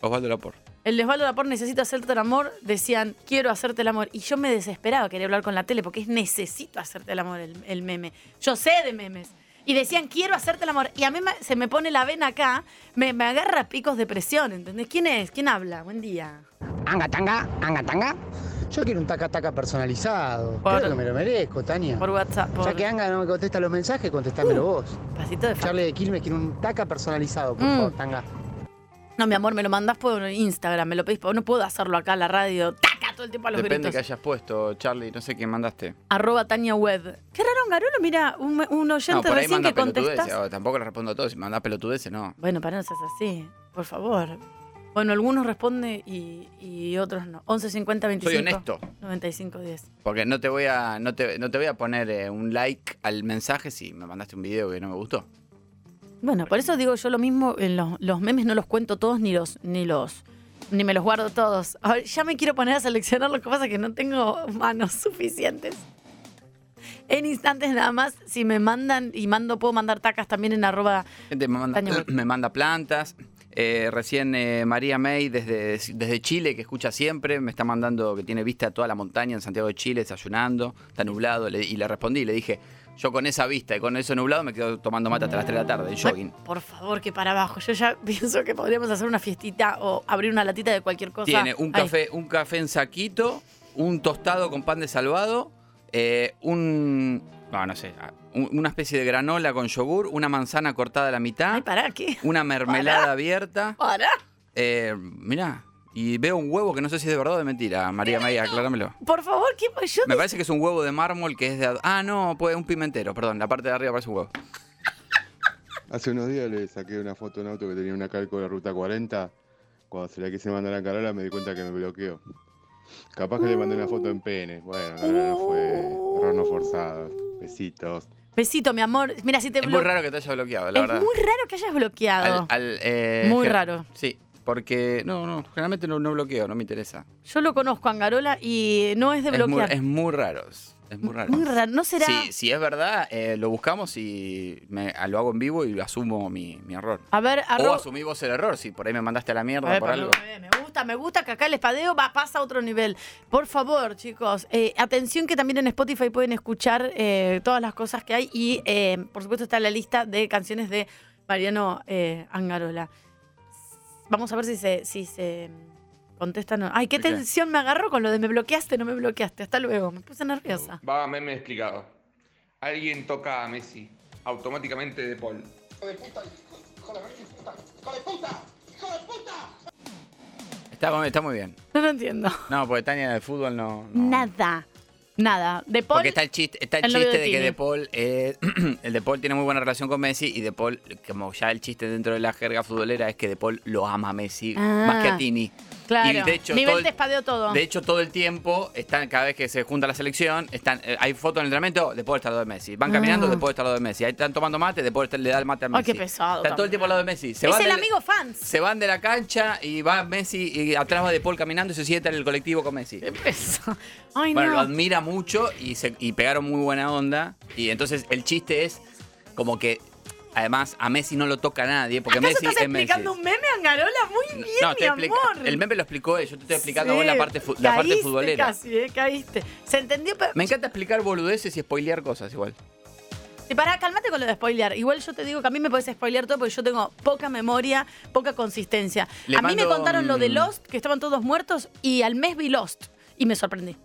Osvaldo Lapor. El Osvaldo Lapor necesito hacerte el amor. Decían, quiero hacerte el amor. Y yo me desesperaba, quería hablar con la tele, porque es necesito hacerte el amor, el, el meme. Yo sé de memes. Y decían, quiero hacerte el amor. Y a mí me- se me pone la vena acá, me, me agarra picos de presión, ¿entendés? ¿Quién es? ¿Quién habla? Buen día. Anga tanga, anga tanga. Yo quiero un taca taca personalizado. Por- Creo que me lo merezco, Tania. Por Uh. WhatsApp. por- Ya que Anga no me contesta los mensajes, contéstamelo vos. Pasito de Charlie de Quilmes quiere un taca personalizado, por Mm. favor, tanga. No, mi amor, me lo mandás por Instagram, me lo pedís. por- No puedo hacerlo acá en la radio. ¡Taca! Todo el tiempo a los Depende que gritos. hayas puesto, Charlie, no sé quién mandaste. Arroba Tania Web. Qué raro, Garulo. Mira, un, un No, oyente por ahí recién manda que pelotudeces. contestás. Ah, Tampoco le respondo a todos. Si manda pelotudeces, no. Bueno, para no seas así, por favor. Bueno, algunos responden y, y otros no. 11 50 25 Soy honesto. 95 10. Porque no te voy a, no te, no te voy a poner eh, un like al mensaje si me mandaste un video que no me gustó. Bueno, por eso digo yo lo mismo, en los, los memes no los cuento todos ni los ni los ni me los guardo todos. A ver, ya me quiero poner a seleccionar lo que pasa es que no tengo manos suficientes. En instantes nada más, si me mandan y mando puedo mandar tacas también en arroba Gente me manda, Tania <clears throat> Wet. me manda plantas. Eh, recién eh, María May desde, desde Chile, que escucha siempre, me está mandando que tiene vista a toda la montaña en Santiago de Chile, desayunando, está nublado. le- y le respondí, le dije, yo con esa vista y con eso nublado me quedo tomando mate hasta las 3 de la tarde, en jogging. por favor que para abajo. Yo ya <laughs> pienso que podríamos hacer una fiestita o abrir una latita de cualquier cosa. Tiene un Ay. café, un café en saquito, un tostado con pan de salvado, eh, un. No, no sé. ah, un- Una especie de granola con yogur, una manzana cortada a la mitad. ¿Para qué? Una mermelada <laughs> Pará. abierta. Para. Eh, mirá. Y veo un huevo que no sé si es de verdad o de mentira. María María, acláramelo. Por favor, ¿qué yo Me parece que es un huevo de mármol que es de. ad- Ah, no, puede un pimentero, perdón. La parte de arriba parece un huevo. Hace unos días le saqué una foto a un auto que tenía una calco de la ruta 40. Cuando se la quise mandar a Carola me di cuenta que me bloqueó. Capaz que le mandé una foto en pene. Bueno, no, no, no fue error no forzado. Besitos. Besito, mi amor. Mira, si te Es muy blo- raro que te haya bloqueado, la es verdad. muy raro que hayas bloqueado. Al- al, eh, Muy gen- raro. Sí, porque no, no, generalmente no, no bloqueo, no me interesa. Yo lo conozco a Angarola y no es de Es muy, bloquear. es muy raro. es- Es muy raro. Muy raro, ¿no será? Sí, si es verdad, eh, lo buscamos y me- ah, lo hago en vivo y asumo mi, mi error. A ver, O arroba- asumí vos el error, si por ahí me mandaste a la mierda A ver, por para- algo. Me gusta, me gusta que acá el espadeo va, pasa a otro nivel. Por favor, chicos, eh, atención que también en Spotify pueden escuchar eh, todas las cosas que hay y eh, por supuesto está la lista de canciones de Mariano eh, Angarola. Vamos a ver si se, si se contestan. o- Ay, qué ¿Qué? tensión me agarró con lo de me bloqueaste, no me bloqueaste. Hasta luego, me puse nerviosa. Va, meme explicado. Alguien toca a Messi, automáticamente de Paul. Está, está muy bien. No lo entiendo. No, porque Tania de fútbol no. Nada. Nada. De Paul. Porque está el chiste, está el el novio chiste de de que Tini. De Paul, eh, <clears throat> el De Paul tiene muy buena relación con Messi y De Paul, como ya el chiste dentro de la jerga futbolera es que De Paul lo ama a Messi Ah, más que a Tini. Claro. Y de hecho, Nivel todo el- de espadeo todo. de hecho, todo el tiempo, están, cada vez que se junta la selección, están, eh, hay fotos en el entrenamiento, después está lo de Messi. Van caminando, Ah. después está lo de Messi. Ahí están tomando mate, después le da el mate a Messi. Ay, qué pesado. Está todo el también. tiempo al lado de Messi. Se es van el del- amigo fans. Se van de la cancha y va Messi y atrás va De Paul caminando y se sienta en el colectivo con Messi. Ay, bueno, no. lo admira mucho y, se, y pegaron muy buena onda. Y entonces el chiste es como que además a Messi no lo toca nadie porque ¿Acaso Messi estás es Messi. explicando un meme, Angarola? Muy bien, mi te explica- amor. el meme lo explicó él, yo te estoy explicando Sí, a vos la parte, fu- la parte caíste futbolera. Casi, eh, caíste. Se entendió, pero. Me encanta explicar boludeces y spoilear cosas igual. Sí, Pará, cálmate con lo de spoilear. Igual yo te digo que a mí me podés spoilear todo porque yo tengo poca memoria, poca consistencia. Le a mí me mando, contaron lo de mm, Lost, que estaban todos muertos, y al mes vi Lost. Y me sorprendí.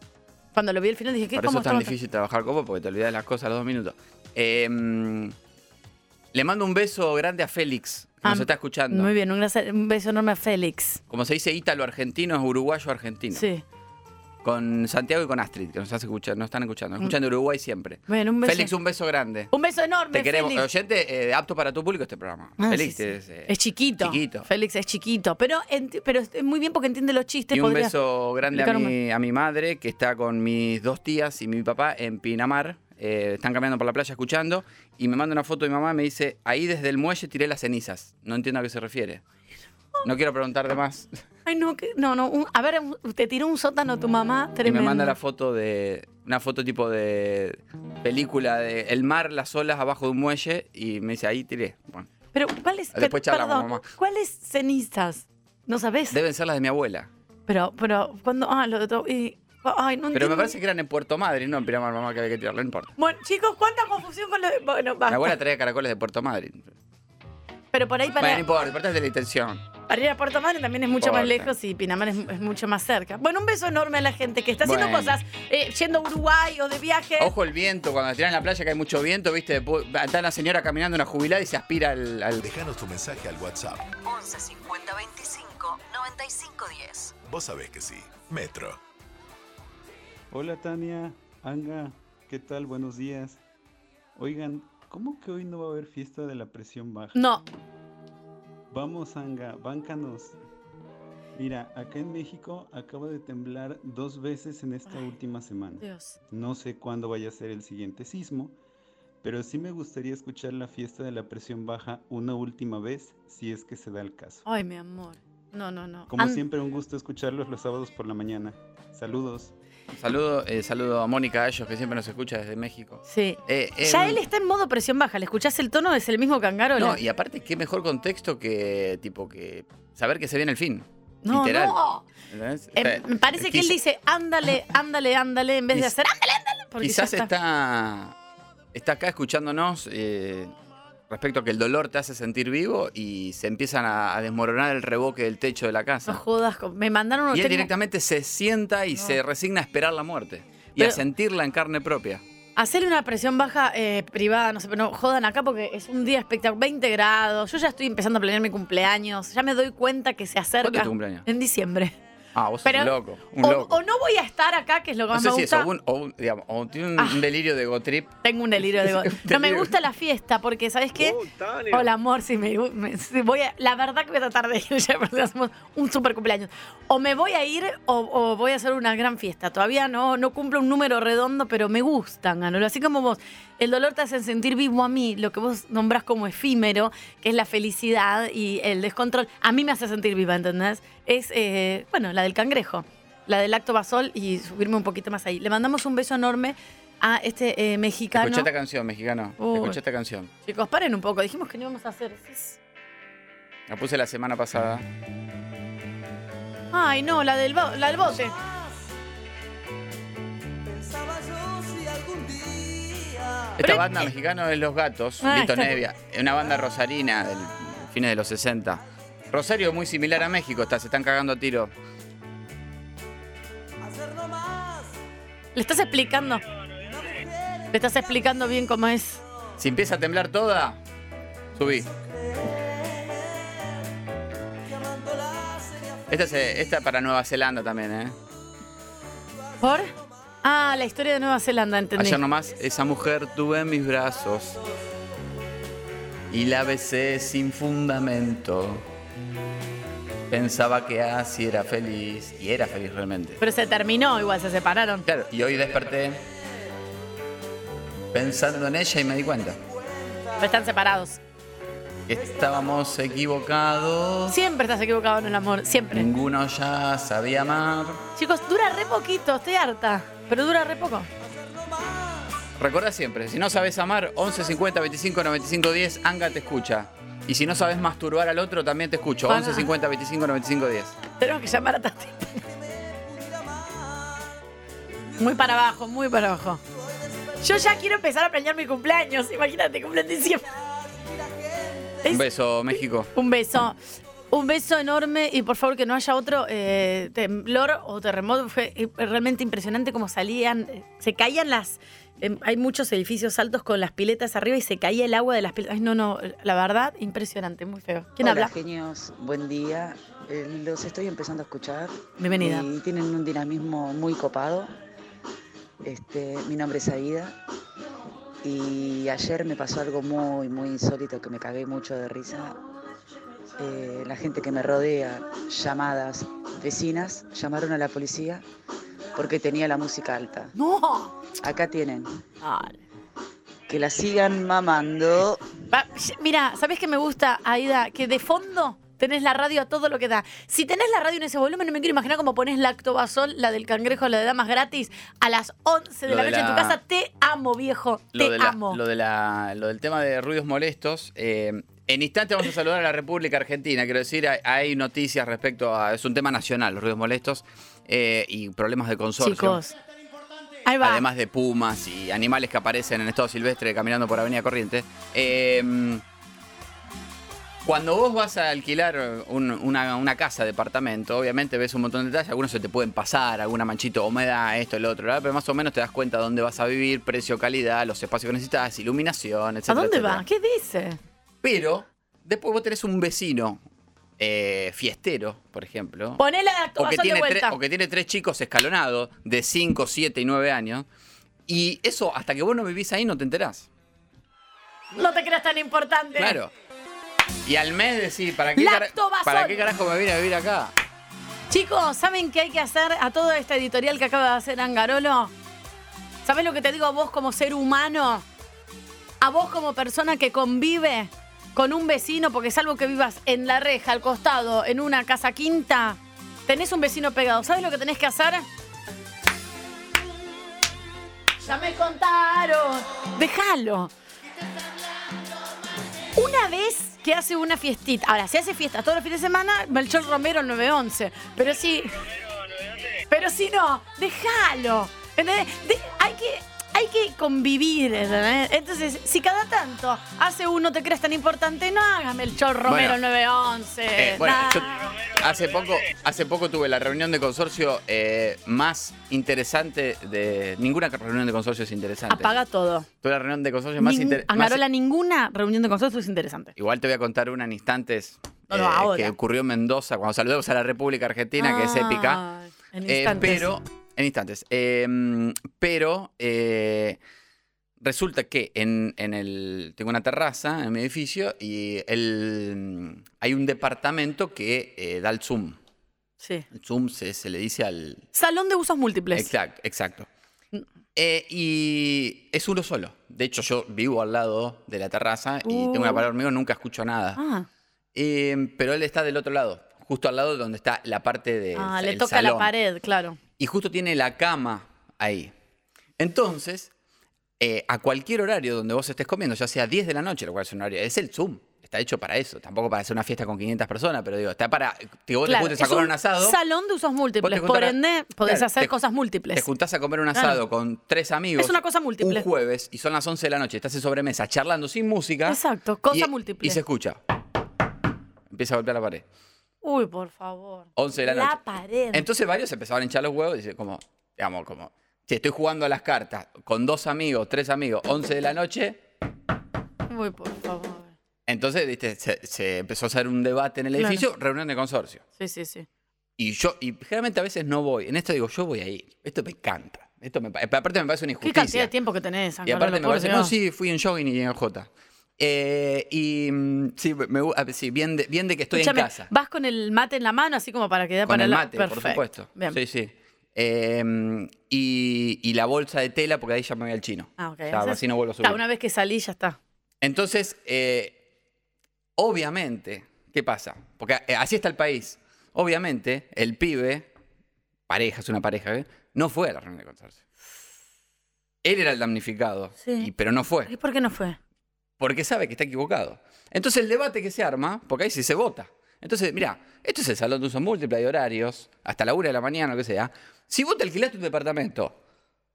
Cuando lo vi al final dije, ¿qué? Por eso ¿Cómo es tan estaban- difícil trabajar como porque te olvidas de las cosas a los dos minutos. Eh, mm, le mando un beso grande a Félix, que nos Ah, está escuchando. Muy bien, un, gracia- un beso enorme a Félix. Como se dice ítalo argentino, es uruguayo argentino. Sí. Con Santiago y con Astrid, que nos, hace escuchar, nos están escuchando. Nos escuchan de Uruguay siempre. Bueno, un beso. Félix, un beso grande. Un beso enorme, Te queremos. Félix. Oyente, eh, apto para tu público este programa. Ah, Félix sí, sí. es, eh, Es chiquito. Chiquito. Félix es chiquito, pero, enti- pero es muy bien porque entiende los chistes. Y un podría beso grande a explicar un- mi, a mi madre, que está con mis dos tías y mi papá en Pinamar. Eh, están caminando por la playa escuchando. Y me manda una foto de mi mamá y me dice, ahí desde el muelle tiré las cenizas. No entiendo a qué se refiere. No quiero preguntarle más. <laughs> Ay, no, que- no, no. un- a ver, un- te tiró un sótano tu mamá. Y Tremendo. me manda la foto de. Una foto tipo de película de el mar, las olas abajo de un muelle. Y me dice, ahí tiré. Bueno, Pero, ¿cuáles? Después per- charlamos, perdón, mamá. ¿Cuáles cenizas? No sabes. deben ser las de mi abuela. Pero, pero, cuando. Ah, lo de todo. y- Ay, no Pero entiendo. me parece que eran en Puerto Madre, no en Pinamar, mamá, que había que tirar, no importa. Bueno, chicos, cuánta confusión con lo de. Bueno, Mi abuela basta. traía caracoles de Puerto Madre. Pero por ahí Bueno, no para, importa, lo importante es la intención. para ir a Puerto Madre también es mucho más Importa. lejos y Pinamar es, es mucho más cerca. Bueno, un beso enorme a la gente que está haciendo Bueno. cosas, eh, yendo a Uruguay o de viaje. Ojo el viento, cuando tiran en la playa que hay mucho viento, viste, Después está la señora caminando una jubilada y se aspira al. Dejanos tu mensaje al WhatsApp. 11 50 25 95 10. Vos sabés que sí. Metro. Hola Tania, Anga, ¿qué tal? Buenos días. Oigan, ¿cómo que hoy no va a haber fiesta de la presión baja? No. Vamos Anga, báncanos. Mira, acá en México acaba de temblar dos veces en esta última semana. Dios. No sé cuándo vaya a ser el siguiente sismo, pero sí me gustaría escuchar la fiesta de la presión baja una última vez, si es que se da el caso. Ay, mi amor. No, no, no. Como An- siempre, un gusto escucharlos los sábados por la mañana. Saludos. Saludo, eh, saludo a Mónica Ayos, que siempre nos escucha desde México. Sí. Eh, eh, Ya él está en modo presión baja. ¿Le escuchás el tono? Es el mismo cangarola. No, y aparte, qué mejor contexto que tipo que saber que se viene el fin. No, literal. no. ¿Entendés? Eh, O sea, me parece que él quiz- dice, ándale, ándale, ándale, en vez de Quiz- hacer, ándale, ándale. Porque Quizás ya está. está acá escuchándonos eh, respecto a que el dolor te hace sentir vivo y se empiezan a, a desmoronar el reboque del techo de la No <laughs> casa. jodas, con- me mandaron un y él directamente se sienta y se resigna a esperar la muerte y a Pero- sentirla en carne propia. Hacerle una presión baja eh, privada, no sé, pero no jodan acá porque es un día espectacular. 20 grados, yo ya estoy empezando a planear mi cumpleaños, ya me doy cuenta que se acerca. ¿Cuándo es tu cumpleaños? En diciembre. Ah, vos Pero- sos un loco. Un O, loco. o no voy a estar acá, que es lo que no más sé me si gusta. Ah. eso, un, o un- digamos, o tiene un, un delirio de go trip. Tengo un delirio Oh, de go- No me gusta la fiesta porque, ¿sabes qué? Hola, amor, si me, me- si voy a- la verdad que voy a tratar de ir <laughs> ya porque hacemos un super cumpleaños. O me voy a ir o, o voy a hacer una gran fiesta. Todavía no, no cumplo un número redondo, pero me gustan, Anolo. Así como vos, el dolor te hace sentir vivo a mí, lo que vos nombrás como efímero, que es la felicidad y el descontrol, a mí me hace sentir viva, ¿entendés? Es, eh, bueno, la del cangrejo, la del acto basol y subirme un poquito más ahí. Le mandamos un beso enorme a este eh, mexicano. Escuchá esta canción, mexicano. Uy. Escuchá esta canción. Chicos, paren un poco. Dijimos que no íbamos a hacer. Es- La puse la semana pasada. Ay, no, la del, bo- la del bote. Pensaba yo si algún día. Esta banda mexicana es Los Gatos, Ah, Lito está. Nevia. Es una banda rosarina del fines de los 60. Rosario es muy similar a México, está, se están cagando a tiro. Le estás explicando. Le estás explicando bien cómo es. Si empieza a temblar toda, subí. Esta, es, eh, esta para Nueva Zelanda también, ¿eh? ¿Por? Ah, la historia de Nueva Zelanda, entendí. Ayer nomás, esa mujer tuve en mis brazos y la besé sin fundamento. Pensaba que así era feliz y era feliz realmente. Pero se terminó, igual se separaron. Claro, y hoy desperté pensando en ella y me di cuenta. Pero están separados. que Estábamos equivocados. Siempre estás equivocado en el amor, siempre. Ninguno ya sabía amar. Chicos, dura re poquito, estoy harta. Pero dura re poco. Recuerda siempre, si no sabes amar, 11 50 25 95 10, Anga te escucha. Y si no sabes masturbar al otro, también te escucho. Pará. 11 50 25 95 10. Tenemos que llamar a Tati. Muy para abajo, muy para abajo. Yo ya quiero empezar a planear mi cumpleaños. Imagínate, cumple en diciembre. Un beso, México. Un beso. Un beso enorme y por favor que no haya otro eh, temblor o terremoto. Fue eh, realmente impresionante como salían. eh, Se caían las. eh, hay muchos edificios altos con las piletas arriba y se caía el agua de las piletas. Ay, no, no. La verdad, impresionante, muy feo. ¿Quién Hola, habla? genios. Buen día. Eh, Los estoy empezando a escuchar. Bienvenida. Y tienen un dinamismo muy copado. Este, mi nombre es Aida. Y ayer me pasó algo muy, muy insólito que me cagué mucho de risa. Eh, la gente que me rodea, llamadas, vecinas, llamaron a la policía porque tenía la música alta. ¡No! Acá tienen. Que la sigan mamando. Va, Mira, ¿sabes qué me gusta, Aida? Que de fondo tenés la radio a todo lo que da. Si tenés la radio en ese volumen, no me quiero imaginar cómo ponés Lactobasol, la del cangrejo, la de damas gratis, a las 11 de Lo la de noche en tu la- casa. Te amo, viejo. Lo, Te de la- amo. lo de la- lo del tema de ruidos molestos. eh, en instante vamos a saludar a la República Argentina. Quiero decir, hay, hay noticias respecto a. Es un tema nacional, los ruidos molestos eh, y problemas de consorcio. Chicos. Ahí va. además de pumas y animales que aparecen en estado silvestre caminando por Avenida Corriente. Eh, cuando vos vas a alquilar un- una, una casa, departamento, obviamente ves un montón de detalles, algunos se te pueden pasar, alguna manchita de humedad, esto, el otro, ¿verdad? pero más o menos te das cuenta dónde vas a vivir, precio, calidad, los espacios que necesitas, iluminación, etc. ¿A dónde va? ¿Qué dice? Pero después vos tenés un vecino eh, fiestero, por ejemplo, Poné la o que, Lactobasol de tiene tres, vuelta. o que tiene tres chicos escalonados de 5, 7 y 9 años. Y eso, hasta que vos no vivís ahí, no te enterás. No te creas tan importante. Claro. Y al mes decís, ¿para qué, cara- Lactobasol. ¿para qué carajo me vine a vivir acá? Chicos, ¿saben qué hay que hacer a toda esta editorial que acaba de hacer Angarolo? ¿Sabes lo que te digo a vos como ser humano? A vos como persona que convive con un vecino, porque salvo que vivas en la reja, al costado, en una casa quinta, tenés un vecino pegado. ¿Sabes lo que tenés que hacer? Ya me contaron. Déjalo. Una vez que hace una fiestita, ahora si hace fiesta todos los fines de semana, Melchor Romero el 911, pero si pero si no, déjalo. ¿entendés? De- hay que hay que convivir, ¿entendés? Entonces, si cada tanto hace uno te crees tan importante, no hagas Melchor Romero Bueno. el 911. Eh, bueno, nah. yo hace poco, hace poco tuve la reunión de consorcio eh, más interesante de. Ninguna reunión de consorcio es interesante. Apaga todo. Tuve la reunión de consorcio más, Nin- inter- más- Angarola, ninguna reunión de consorcio es interesante. Igual te voy a contar una en instantes No, no, eh, ahora. que ocurrió en Mendoza, cuando saludamos a la República Argentina, que es épica. Ah, En Eh, instantes. pero, en instantes. Eh, mm, pero eh, resulta que en, en el. Tengo una terraza en mi edificio y el, mm, hay un departamento que eh, da el Zoom. Sí. El Zoom se, se le dice al. Salón de usos múltiples. Exacto, exacto. Mm. Eh, y es uno solo. De hecho, yo vivo al lado de la terraza y Uh. tengo una palabra mío, nunca escucho nada. Ah, Eh, pero él está del otro lado, justo al lado donde está la parte de. ah, le el toca la salón. pared, claro. Y justo tiene la cama ahí. Entonces, eh, a cualquier horario donde vos estés comiendo, ya sea 10 de la noche, lo cual es un horario, es el Zoom. Está hecho para eso. Tampoco para hacer una fiesta con 500 personas, pero digo, está para que vos Claro, te juntes a es comer un un asado. Salón de usos múltiples. Vos te Por juntás- ende, podés claro, hacer te- cosas Te múltiples. juntás a comer un Claro. asado con tres amigos. Ah. Es una cosa múltiple. Un jueves y son las 11 de la noche. Estás en sobremesa charlando sin música. Exacto, cosa y- múltiple. Y se escucha. Empieza a golpear la pared. Uy, por favor. 11 de la, noche. pared. Entonces varios empezaban a hinchar los huevos y dice, como, digamos, como, si estoy jugando a las cartas con dos amigos, tres amigos, 11 de la noche, Uy, por favor. entonces, viste, se, se empezó a hacer un debate en el Claro. edificio, reunión de consorcio. Sí, sí, sí. Y yo, y generalmente a veces no voy. En esto digo, yo voy a ir. Esto me encanta. Esto me, pa- Eh, aparte me parece una ¿Qué injusticia. cantidad de tiempo que tenés, Y Angarola, aparte me por parece, Dios. no, sí, fui en jogging y en J. Eh, y mm, sí, me, gu- ah, sí, bien, de, bien de que estoy Escúchame, en casa. Vas con el mate en la mano, así como para quedar Con para el la- mate, por Perfecto. supuesto. Bien. Sí, sí. Eh, y, y la bolsa de tela, porque ahí ya me voy al chino. Ah, ok. Ya, así no vuelvo a subir. Está, una vez que salí, ya está. Entonces, eh, obviamente, ¿qué pasa? Porque eh, así está el país. Obviamente, el pibe, pareja, es una pareja, ¿eh? no fue a la reunión de consorcio. Él era el damnificado, Sí. y- pero no fue ¿Y por qué no fue? porque sabe que está equivocado. Entonces el debate que se arma, porque ahí sí se vota. Entonces, mira, esto es el salón de uso múltiple, hay horarios, hasta la una de la mañana, lo que sea. Si vos te alquilaste un departamento,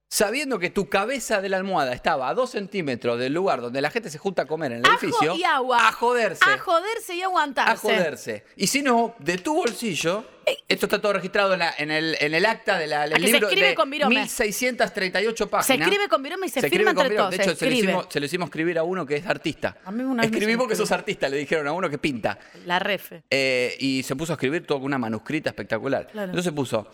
sabiendo que tu cabeza de la almohada estaba a dos centímetros del lugar donde la gente se junta a comer en el edificio, Y agua. a joderse, A joderse y aguantarse. a joderse. Y si no, de tu bolsillo, esto está todo registrado en, la- en el, en el acta del Eh. A que se libro escribe de con virome. 1638 páginas. Se escribe con virome y se, escribe firma con entre virome. todos. De hecho, se se lo, escribe. hicimos, se lo hicimos escribir a uno que es artista. A mí una vez me Escribí porque hicieron sos artista, le dijeron a uno que pinta. La refe. Eh, y se puso a escribir toda una manuscrita espectacular. Claro. Entonces puso,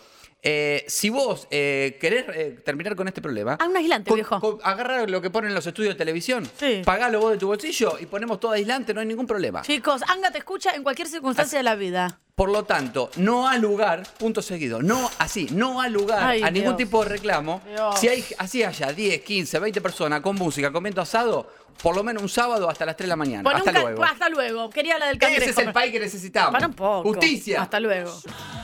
eh, si vos eh, querés eh, terminar con este problema, Ah, un aislante, viejo. agarra lo que ponen los estudios de televisión, pagalo vos de tu bolsillo y ponemos todo aislante, no hay ningún problema. Chicos, Anga te escucha en cualquier circunstancia de la vida. Por lo tanto, no ha lugar, punto seguido, no así, no ha lugar Ay, a ningún Dios. tipo de reclamo. Dios. Si hay, así haya 10, 15, 20 personas con música, comiendo asado, por lo menos un sábado hasta las 3 de la mañana. Pon hasta un ca- luego. Hasta luego. Quería la del Ese cangrejo. es el país que necesitamos. Para un poco. Justicia. Hasta luego.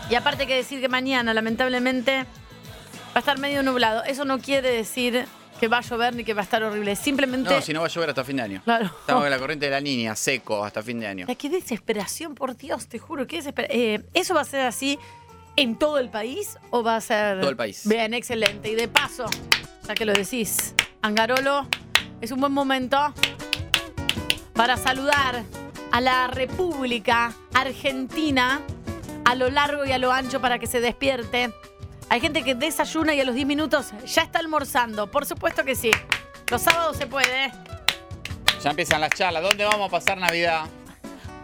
Y aparte hay que decir que mañana, lamentablemente, va a estar medio nublado. Eso no quiere decir que va a llover ni que va a estar horrible. Simplemente... No, si no va a llover hasta fin de año. Claro. Estamos en la corriente de la niña, seco hasta fin de año. Ay, qué desesperación, por Dios, te juro, qué desesperación. ¿Eso va a ser así en todo el país o va a ser...? Todo el país. Bien, excelente. Y de paso, ya que lo decís, Angarolo, es un buen momento para saludar a la República Argentina a lo largo y a lo ancho para que se despierte. Hay gente que desayuna y a los 10 minutos ya está almorzando. Por supuesto que sí. Los sábados se puede. <laughs> Ya empiezan las charlas. ¿Dónde vamos a pasar Navidad?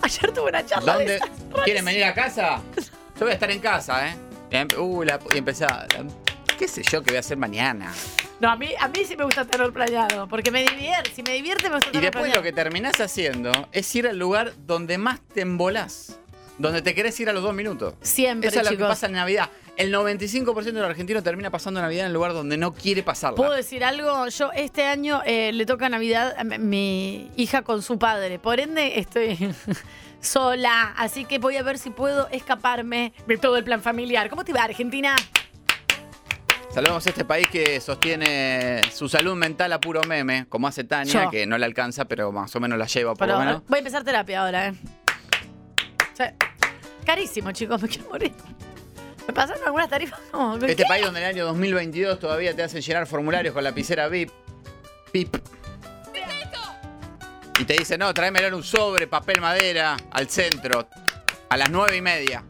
Ayer tuve una charla de ¿Dónde? esas ¿Quieren rarísimas. venir a casa? Yo voy a estar en casa, ¿eh? Y em- Uh, la- y empezaba. la- ¿Qué sé yo qué voy a hacer mañana? No, a mí, a mí sí me gusta terror planeado, porque me divierte. Si me divierte, me gusta Y terror después lo planeado. que terminás haciendo es ir al lugar donde más te embolás. Donde te querés ir a los dos minutos. Siempre, Eso es lo que chicos. pasa en Navidad. El 95% de los argentinos termina pasando Navidad en el lugar donde no quiere pasarla. ¿Puedo decir algo? Yo este año eh, le toca Navidad a m- mi hija con su padre. Por ende, estoy <laughs> sola. Así que voy a ver si puedo escaparme de todo el plan familiar. ¿Cómo te va, Argentina? Saludamos a este país que sostiene su salud mental a puro meme, como hace Tania, Yo. que no la alcanza, pero más o menos la lleva por Pero lo menos. voy a empezar terapia ahora, ¿eh? Sí. Carísimo, chicos, me quiero morir. ¿Me pasaron algunas tarifas? No, ¿qué? Este país donde en el año 2022 todavía te hacen llenar formularios con lapicera VIP. Pip. Y te dicen, no, tráemelo en un sobre, papel madera, al centro, a las nueve y media.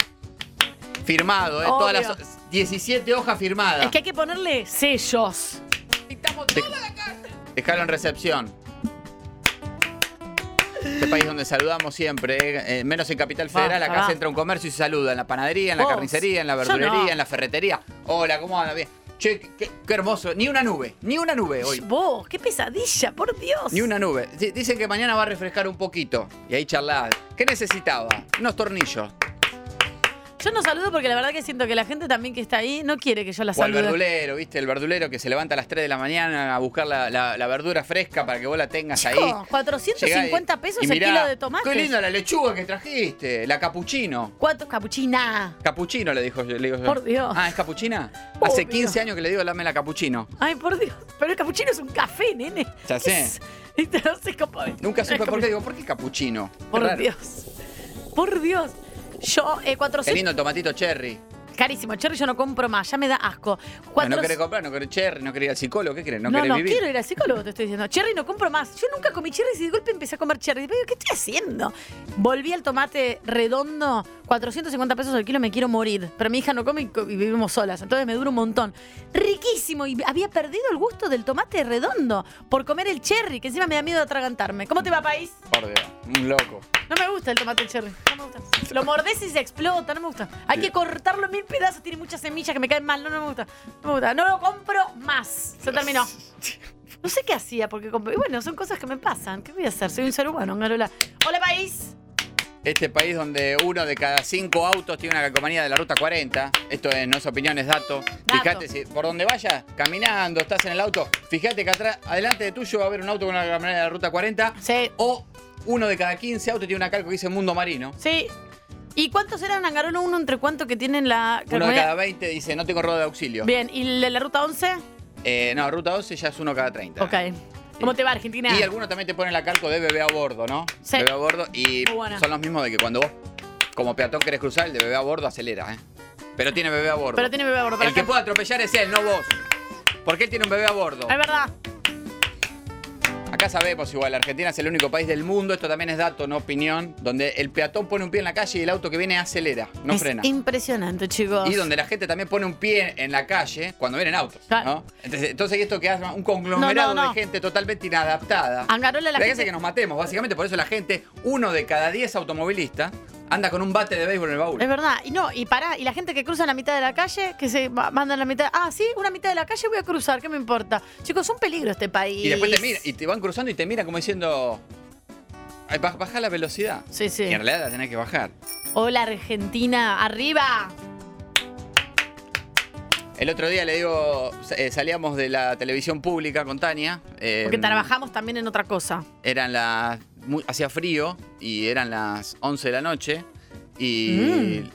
Firmado, ¿eh? todas Obvio. las 17 hojas firmadas. Es que hay que ponerle sellos. De- Dejalo en recepción. Este país donde saludamos siempre, eh, eh, menos en Capital Federal, Basta, acá basta. se entra a un comercio y se saluda en la panadería, en la Vos, carnicería, en la yo verdulería, no. en la ferretería. Hola, ¿cómo anda? Bien. Che, qué, qué hermoso. Ni una nube, ni una nube hoy. Vos, qué pesadilla, por Dios. Ni una nube. Di- Dicen que mañana va a refrescar un poquito. Y ahí charlás. ¿Qué necesitaba? Unos tornillos. Yo no saludo porque la verdad que siento que la gente también que está ahí no quiere que yo la O al salude. verdulero, ¿viste? El verdulero que se levanta a las 3 de la mañana a buscar la, la- la verdura fresca para que vos la tengas ahí. Chicos, 450 Llegá y- pesos y mirá, el kilo de tomate. Qué linda la lechuga que trajiste. La capuchino. ¿Cuánto? Capuchina. Capuchino le dijo yo- le digo yo. Por Dios. Ah, ¿es capuchina? Hace Obvio. 15 años que le digo lame la capuchino. Ay, por Dios. Pero el capuchino es un café, nene. Ya sé. No sé cómo- Nunca supe Es por qué. capuchino. Digo, ¿por qué capuchino? Qué Por raro. Dios. Por Dios. Yo, eh, Qué 400. lindo el tomatito cherry. Carísimo, Cherry, yo no compro más, ya me da asco. No, Cuatro- no querés comprar, no querés cherry, no querés ir al psicólogo, ¿qué querés? No, no, querés no, vivir. quiero ir al psicólogo, te estoy diciendo. Cherry no compro más. Yo nunca comí cherry y de golpe empecé a comer cherry. Digo, ¿qué estoy haciendo? Volví al tomate redondo, 450 pesos al kilo, me quiero morir. Pero mi hija no come y co- y vivimos solas, entonces me dura un montón. Riquísimo, y había perdido el gusto del tomate redondo por comer el cherry, que encima me da miedo atragantarme. ¿Cómo te va, país? Por Dios, un loco. No me gusta el tomate cherry. No me gusta. Lo mordés y se explota. No me gusta. Hay que cortarlo en mil pedazos. Tiene muchas semillas que me caen mal. No, no me gusta. No me gusta. No lo compro más. Se terminó. No sé qué hacía porque compré. Y bueno, son cosas que me pasan. ¿Qué voy a hacer? Soy un ser humano, Garola. Hola, país. Este país donde uno de cada cinco autos tiene una calcomanía de la ruta 40. Esto es, no es opinión, es dato. Fíjate, si, por donde vayas, caminando, estás en el auto, fíjate que atrás, adelante de tuyo va a haber un auto con una calcomanía de la ruta 40. Sí. O uno de cada 15 autos tiene una calco que dice Mundo Marino. Sí. ¿Y cuántos eran, Angarolo, uno entre cuánto que tienen la. Uno de calcomanía? cada 20 dice, no tengo rueda de auxilio. Bien, ¿y la, la ruta 11? Eh, no, ruta 12 ya es uno cada 30. Ok. ¿Cómo te va, Argentina? Y algunos también te ponen la calco de bebé a bordo, ¿no? Sí. Bebé a bordo y Muy buena. son los mismos de que cuando vos como peatón querés cruzar, el de bebé a bordo acelera, ¿eh? Pero tiene bebé a bordo. Pero tiene bebé a bordo. para el que acá. puede atropellar es él, no vos. Porque él tiene un bebé a bordo. Es verdad. Acá sabemos igual, Argentina es el único país del mundo, esto también es dato, no opinión, donde el peatón pone un pie en la calle y el auto que viene acelera, no es frena. Impresionante, chicos. Y donde la gente también pone un pie en la calle cuando vienen autos, ¿no? Entonces, entonces esto que hace un conglomerado No, no, no. de gente totalmente inadaptada. Angarola, la Fíjense gente- que nos matemos, básicamente por eso la gente, uno de cada diez automovilistas, anda con un bate de béisbol en el baúl. Es verdad. Y no, y pará, y la gente que cruza en la mitad de la calle, que se ma- manda en la mitad. Ah, sí, una mitad de la calle voy a cruzar, ¿qué me importa? Chicos, es un peligro este país. Y después te mira, y te van cruzando y te miran como diciendo, "Ay, baj- baja la velocidad. Sí, sí. Y en realidad la tenés que bajar. Hola, Argentina, arriba. El otro día le digo, sa- eh, salíamos de la televisión pública con Tania. eh, Porque trabajamos también en otra cosa. Eran las. mu- Hacía frío y eran las 11 de la noche. Mm. Y.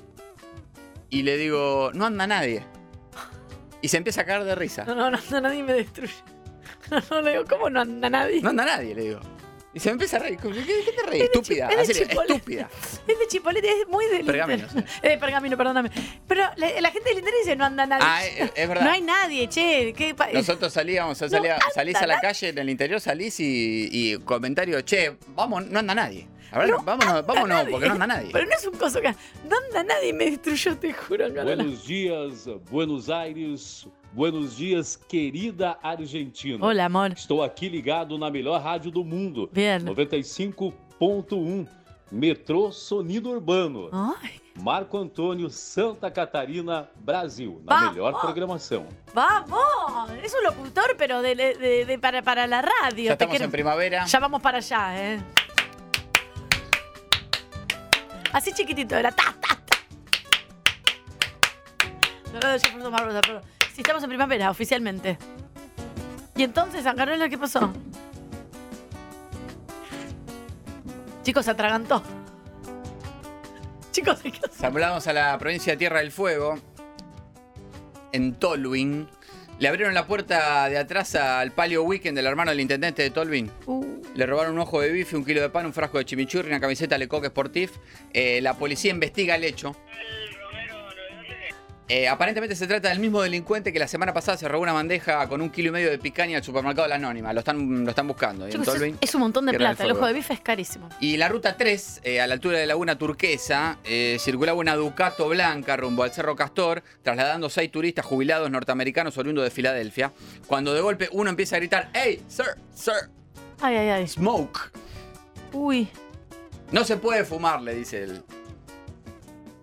Y le digo, no anda nadie. Y se empieza a caer de risa. No, no, no, no, nadie me destruye. <laughs> No, no, le digo, ¿cómo no anda nadie? No anda nadie, le digo. Y se me empieza a reír. ¿Qué, qué te reís? Es de chi- Estúpida. es de Así le- Chipotle. estúpida. <laughs> Es de Chipolete, es muy del Pergamino, inter- <laughs> Eh, de pergamino, perdóname. Pero la, la gente del internet dice, no anda nadie. Ah, es- es verdad. <laughs> No hay nadie, che. ¿qué pa- Nosotros salíamos, yo No salía- anda salís a la nadie. calle, en el interior salís y, y comentario, che, vamos, no anda nadie. A ver, vámonos, vámonos, porque no anda nadie. Pero no es un coso que... No anda nadie, me destruyó, te juro. no, no, no. Buenos dias, Buenos Aires. Buenos dias, querida Argentina. Olá, amor. Estou aqui ligado na melhor rádio do mundo. Bien. 95.1. um. Metrô Sonido Urbano. Marco Antônio, Santa Catarina, Brasil. Na Vamos! melhor programação. ¡Vamos! Es un locutor, pero de, de- de- de- para, para la radio. Ya Te estamos en primavera. Ya vamos para allá, ¿eh? Así chiquitito, era ta, ta, ta. No lo de Jefferson Barbosa, pero sí estamos en primavera, oficialmente. Y entonces, San Carolina, ¿qué pasó? Chicos, se atragantó. Chicos, ¿qué Hablamos a la provincia de Tierra del Fuego, en Tolwin. Le abrieron la puerta de atrás al Palio Weekend del hermano del intendente de Tolwin. Uh. Le robaron un ojo de bife, un kilo de pan, un frasco de chimichurri, una camiseta de Coque Sportif. Eh, la policía investiga el hecho. Eh, aparentemente se trata del mismo delincuente que la semana pasada se robó una bandeja con un kilo y medio de picaña al supermercado La Anónima. Lo están, lo están buscando. Chicos, es, es un montón de plata. El ojo de bife. bife es carísimo. Y la ruta 3, eh, a la altura de Laguna Turquesa, eh, circulaba una Ducato blanca rumbo al Cerro Castor, trasladando seis turistas jubilados norteamericanos oriundos de Filadelfia, cuando de golpe uno empieza a gritar, ¡Hey, sir, sir! Ay, ay, ay. Smoke. Uy. No se puede fumar, le dice el...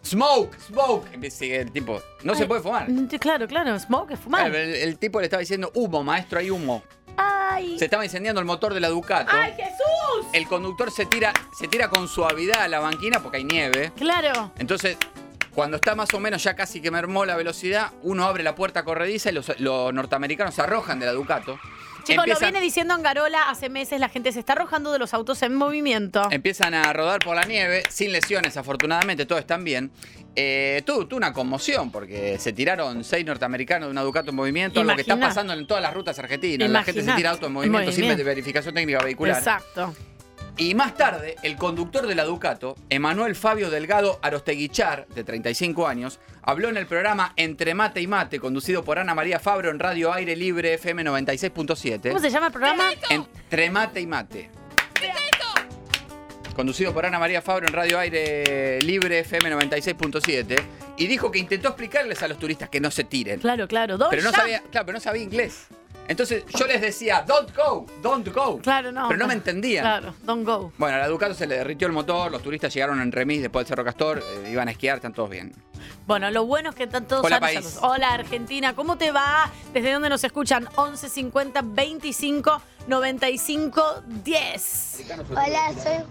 Smoke, smoke, Empieza- sigue el tipo. No se puede fumar. Mm, Claro, claro, smoke es fumar. El, el tipo le estaba diciendo, humo, maestro, hay humo. ¡Ay! Se estaba incendiando el motor de la Ducato. ¡Ay, Jesús! El conductor se tira, se tira con suavidad a la banquina porque hay nieve. Claro. Entonces, cuando está más o menos ya casi que mermó la velocidad, uno abre la puerta corrediza y los, los norteamericanos se arrojan de la Ducato. Chicos, lo empiezan, viene diciendo Angarola hace meses, la gente se está arrojando de los autos en movimiento. empiezan a rodar por la nieve, sin lesiones, afortunadamente, todos están bien. Eh, tuvo, tuvo una conmoción porque se tiraron seis norteamericanos de una Ducato en movimiento, lo que está Imaginá. pasando en todas las rutas argentinas. La gente se Imaginá. tira auto en En movimiento, sin movimiento. verificación técnica vehicular. Exacto. Y más tarde, el conductor de la Ducato, Emanuel Fabio Delgado Arosteguichar, de 35 años, habló en el programa Entre Mate y Mate, conducido por Ana María Fabro en Radio Aire Libre FM 96.7. ¿Cómo se llama el programa? Entre Mate y Mate. Conducido por Ana María Fabro en Radio Aire Libre FM 96.7. Y dijo que intentó explicarles a los turistas que no se tiren. Claro, claro. Don't Pero no jump. sabía, claro, pero no sabía inglés. Entonces yo les decía, don't go, don't go. Claro, no. Pero no me entendían. Claro, don't go. Bueno, a la Ducato se le derritió el motor, los turistas llegaron en remis después del Cerro Castor, eh, iban a esquiar, están todos bien. Bueno, lo bueno es que están todos Hola, sanos, país. sanos. Hola, Argentina, ¿cómo te va? ¿Desde dónde nos escuchan? 11 50 25 95 10. Hola, soy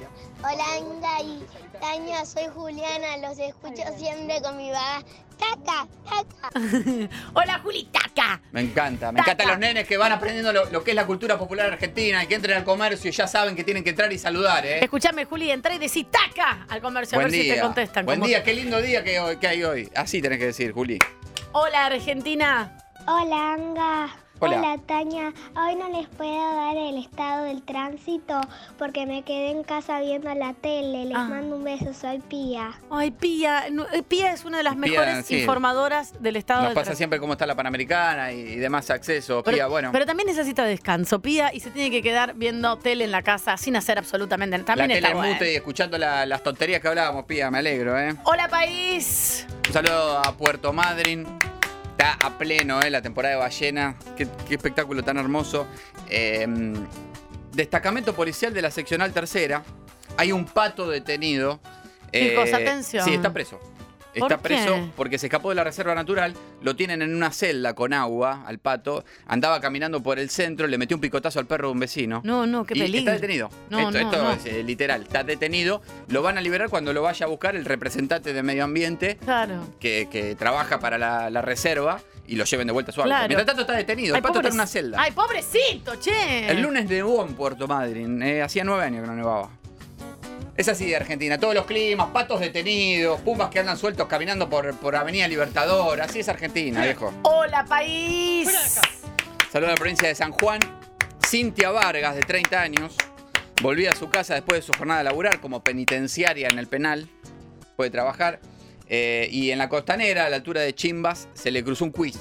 Holanda y Tania, soy Juliana, los escucho siempre con mi papá. Caca, caca. <laughs> Hola, Julita. Me encanta, me encantan los nenes que van aprendiendo lo, lo que es la cultura popular argentina y que entren al comercio y ya saben que tienen que entrar y saludar, ¿eh? Escuchame, Juli, entra y decí taca al comercio a Buen ver si te día. contestan. Buen ¿Cómo día, te- qué lindo día que, hoy- que hay hoy. Así tenés que decir, Juli. Hola, Argentina. Hola, Anga. Hola. Tania. Hoy no les puedo dar el estado del tránsito porque me quedé en casa viendo la tele. Eh, Les Ah. mando un beso, soy Pía. Ay, Pía. no- eh, Pía es una de las Pía, mejores sí. informadoras del estado Nos del pasa tránsito. siempre cómo está la Panamericana y, y demás accesos. Pero, Pía, bueno. pero también necesita descanso, Pía, y se tiene que quedar viendo tele en la casa sin hacer absolutamente nada. También la está tele bueno. mute y escuchando la- las tonterías que hablábamos, Pía, me alegro, ¿eh? Hola, país. Un saludo a Puerto Madryn. Está a pleno, ¿eh? La temporada de ballena. Qué, qué espectáculo tan hermoso. Eh, destacamento policial de la seccional tercera. Hay un pato detenido. Eh, Chicos, atención. Sí, está preso. ¿Por Está qué? preso porque se escapó de la reserva natural, lo tienen en una celda con agua al pato, andaba caminando por el centro, le metió un picotazo al perro de un vecino. No, no, qué Y peligro. Está detenido. No, esto no, esto no. es eh, literal. Está detenido. Lo van a liberar cuando lo vaya a buscar el representante de medio ambiente Claro. que, que trabaja para la, la reserva y lo lleven de vuelta a su hábitat. Claro. Mientras tanto está detenido. El Ay, pato está en pobres- una celda. Ay, pobrecito, che. El lunes nevó en Puerto Madryn. eh, hacía nueve años que no nevaba. Es así de Argentina. Todos los climas, patos detenidos, pumas que andan sueltos caminando por, por Avenida Libertador. Así es Argentina, viejo. Hola, país. Saludos a la provincia de San Juan. Cintia Vargas, de 30 años, volvía a su casa después de su jornada de laburar como penitenciaria en el penal. Puede trabajar. eh, y en la costanera, a la altura de Chimbas, se le cruzó un quiz.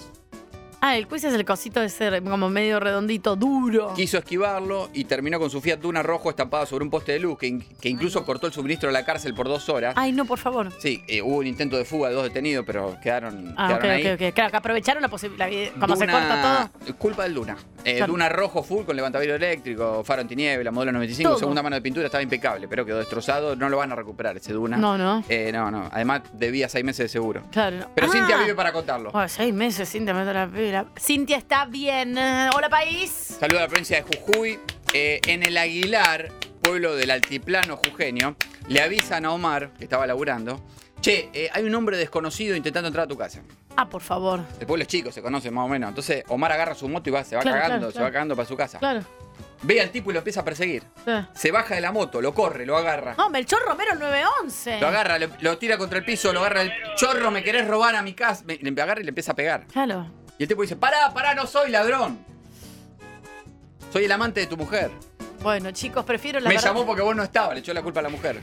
Ah, el quiz es el cosito de ser como medio redondito, duro. Quiso esquivarlo y terminó con su Fiat Duna rojo estampado sobre un poste de luz que, in- que incluso cortó el suministro de la cárcel por dos horas. Ay, no, por favor. Sí, eh, hubo un intento de fuga de dos detenidos, pero quedaron, Ah, ok, quedaron ok, ahí. ok. Claro, que aprovecharon la posibilidad. Como se Duna- corta todo. Culpa del Duna. Eh, Claro. Duna rojo full con levantadero eléctrico, faro antiniebla, modelo 95, Todo. segunda mano de pintura, estaba impecable, pero quedó destrozado. No lo van a recuperar ese Duna. No, no. Eh, no, no. Además, debía seis meses de seguro. Claro. Pero Ah. Cintia vive para contarlo. Bueno, seis meses Cintia meto la pila. Cintia está bien. Eh, Hola, país. Saludos a la provincia de Jujuy. Eh, en el Aguilar, pueblo del altiplano jujeño, le avisan a Omar, que estaba laburando, che, eh, hay un hombre desconocido intentando entrar a tu casa. Ah, por favor. El pueblo es chico, se conoce más o menos. Entonces Omar agarra su moto y va, se va Claro, cagando, claro, se claro. va cagando para su casa. Claro. Ve al tipo y lo empieza a perseguir. Eh. Se baja de la moto, lo corre, lo agarra. No, Melchor Romero el 911. Lo agarra, lo, lo tira contra el piso, lo agarra el chorro, me querés robar a mi casa. Me- le agarra y le empieza a pegar. Claro. Y el tipo dice, pará, pará, no soy ladrón. Soy el amante de tu mujer. Bueno, chicos, prefiero la Me verdad- llamó porque vos no estabas, le echó la culpa a la <laughs> mujer.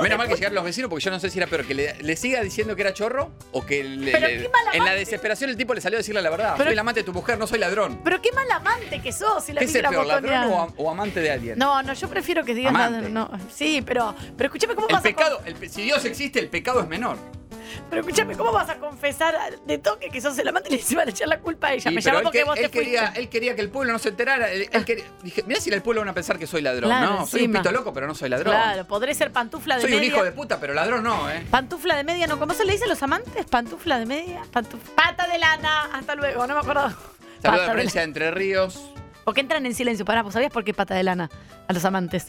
Menos mal que llegaron los vecinos porque yo no sé si era peor que le, le siga diciendo que era chorro o que le- Pero le- qué mala en la madre. desesperación el tipo le salió a decirle la verdad. Pero- soy el amante de tu mujer, no soy ladrón. Pero qué mal amante que sos si la ¿Qué es viste el la peor, ladrón oportunidad. o, am- o amante de alguien? No, no, yo prefiero que digas Amante. No, sí, pero, pero escúchame cómo El vas pecado, el pe- si Dios existe, el pecado es menor. a con- Pero escúchame, ¿cómo vas a confesar al- de toque que sos el amante y le iban a echar la culpa a ella? Y- Me pero llamó él porque que- vos él te quería, fuiste. Ah. él quería que el pueblo no se enterara. él- él quería- dije, mirá si el pueblo van a pensar que soy ladrón. Claro, no, soy un encima. pito loco, pero no soy ladrón. Claro, podré ser pantufla de soy un media. hijo de puta, pero ladrón no, ¿eh? Pantufla de media, ¿no? ¿Cómo se le dice a los amantes? Pantufla de media. Pantu- Pata de lana. Hasta luego, no me acuerdo. Saludos a Pata la de provincia de Entre Ríos. Porque entran en silencio. Pará, ¿vos sabías por qué pata de lana a los amantes?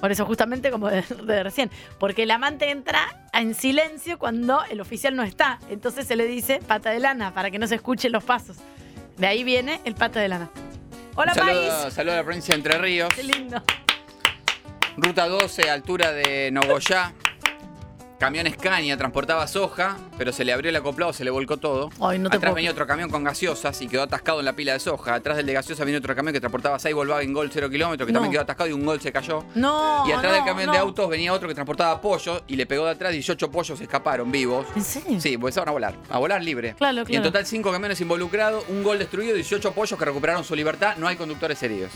Por eso, justamente como de, <laughs> de recién. Porque el amante entra en silencio cuando el oficial no está. Entonces se le dice pata de lana para que no se escuchen los pasos. De ahí viene el pata de lana. Hola, Saludos país. saludo a la provincia de Entre Ríos. <laughs> Qué lindo. Ruta 12, altura de Nogoyá. Camión Scania transportaba soja, pero se le abrió el acoplado, se le volcó todo. Ay, no te Atrás puedo- venía otro camión con gaseosas y quedó atascado en la pila de soja. Atrás del de gaseosas venía otro camión que transportaba 6 Volkswagen Gol 0 kilómetros, que No. también quedó atascado y un Gol se cayó. No. Y atrás no, del camión no. de autos venía otro que transportaba pollos y le pegó de atrás 18 pollos, escaparon vivos. ¿En serio? Sí, empezaron a volar, a volar libre. Claro, Y en claro. total 5 camiones involucrados, un gol destruido, 18 pollos que recuperaron su libertad, no hay conductores heridos.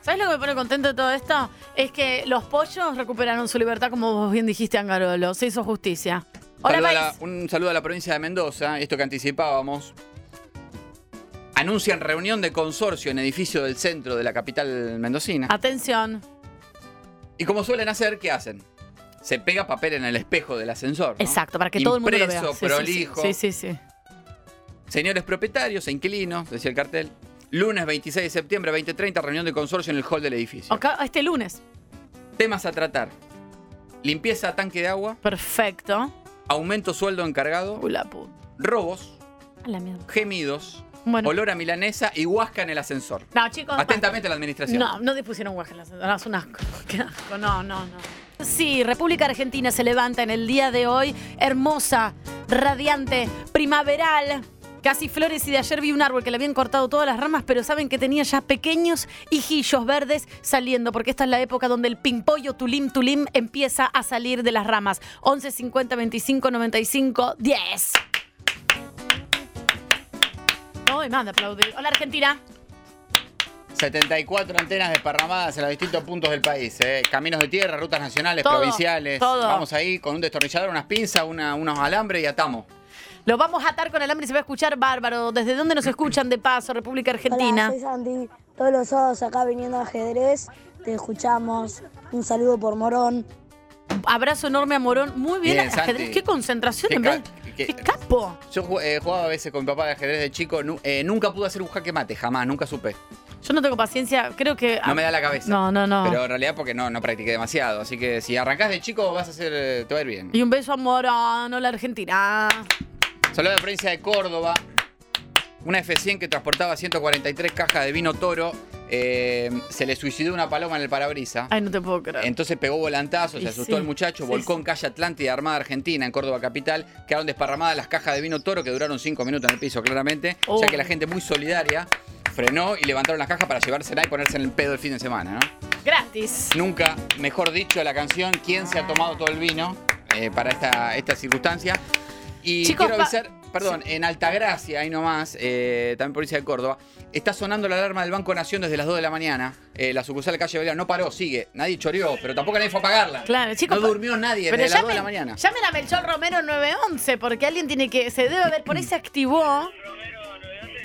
¿Sabes lo que me pone contento de todo esto? Es que los pollos recuperaron su libertad, como vos bien dijiste, Angarolo. Se hizo justicia. Hola, Saludo a país. la- un saludo a la provincia de Mendoza, esto que anticipábamos. A Anuncian reunión de consorcio en edificio del centro de la capital mendocina. Ah. Atención. Y como suelen hacer, ¿qué hacen? Se pega papel en el espejo del ascensor. ¿no? Exacto, para que todo el mundo lo vea. Impreso, Sí, sí, sí. prolijo. Sí, sí, sí. Señores propietarios e inquilinos, decía el cartel. Lunes 26 de septiembre, 2030, reunión de consorcio en el hall del edificio. Acá, este lunes. Temas a tratar. Limpieza a tanque de agua. Perfecto. Aumento sueldo encargado. Robos. Gemidos. Bueno. Olor a milanesa y huasca en el ascensor. No, chicos. Atentamente la administración. No, no te pusieron guaje en la No, es un asco. <laughs> Qué asco. No, no, no. Sí, República Argentina se levanta en el día de hoy, hermosa, radiante, primaveral. Casi flores y de ayer vi un árbol que le habían cortado todas las ramas, pero saben que tenía ya pequeños hijillos verdes saliendo, porque esta es la época donde el pimpollo tulim tulim empieza a salir de las ramas. 11 50 25 95 10. Ay, manda aplaudir. Hola Argentina. 74 antenas desparramadas en los distintos puntos del país. ¿eh? Caminos de tierra, rutas nacionales, Todo, provinciales. todo. Vamos ahí con un destornillador, unas pinzas, una- unos alambres y atamos. Lo vamos a atar con alambre y se va a escuchar bárbaro. ¿Desde dónde nos escuchan de paso, República Argentina? Hola, soy Sandy. Todos los sábados acá viniendo a ajedrez. Te escuchamos. Un saludo por Morón. Abrazo enorme a Morón. Muy bien, Bien, ajedrez. Santi. Qué concentración Qué en vez. ca- qué- Qué capo. Yo ju- eh, jugaba a veces con mi papá de ajedrez de chico. nu- eh, nunca pude hacer un jaque mate, jamás, nunca supe. Yo no tengo paciencia. Creo que. No me da la cabeza. No, no, no. Pero en realidad porque no, no practiqué demasiado. Así que si arrancás de chico vas a hacer, eh, te va a ir bien. Y un beso a Morón, hola Argentina. Saludos de la provincia de Córdoba. Una F100 que transportaba 143 cajas de vino toro. eh, se le suicidó una paloma en el parabrisas. Ay, no te puedo creer. Entonces pegó volantazo, Y se asustó sí, el muchacho, sí, volcó en calle Atlántida Armada Argentina, en Córdoba Capital. Quedaron desparramadas las cajas de vino toro que duraron cinco minutos en el piso, claramente. O sea Oh. que la gente muy solidaria frenó y levantaron las cajas para llevársela y ponerse en el pedo el fin de semana, ¿no? Gratis. Nunca, mejor dicho, la canción ¿Quién se ha tomado todo el vino? eh, para esta, esta circunstancia. Y Chicos, quiero pa- avisar, perdón, en Altagracia, ahí nomás, eh, también provincia de Córdoba, está sonando la alarma del Banco Nación desde las 2 de la mañana. Eh, la sucursal de calle Belgrano no paró, sigue. Nadie choreó, pero tampoco nadie fue a pagarla. Claro, chicos. No durmió nadie Pero desde las 2 de llamen- la mañana. Llamen a Melchor Romero 911 porque alguien tiene que. Se debe haber. Por ahí se activó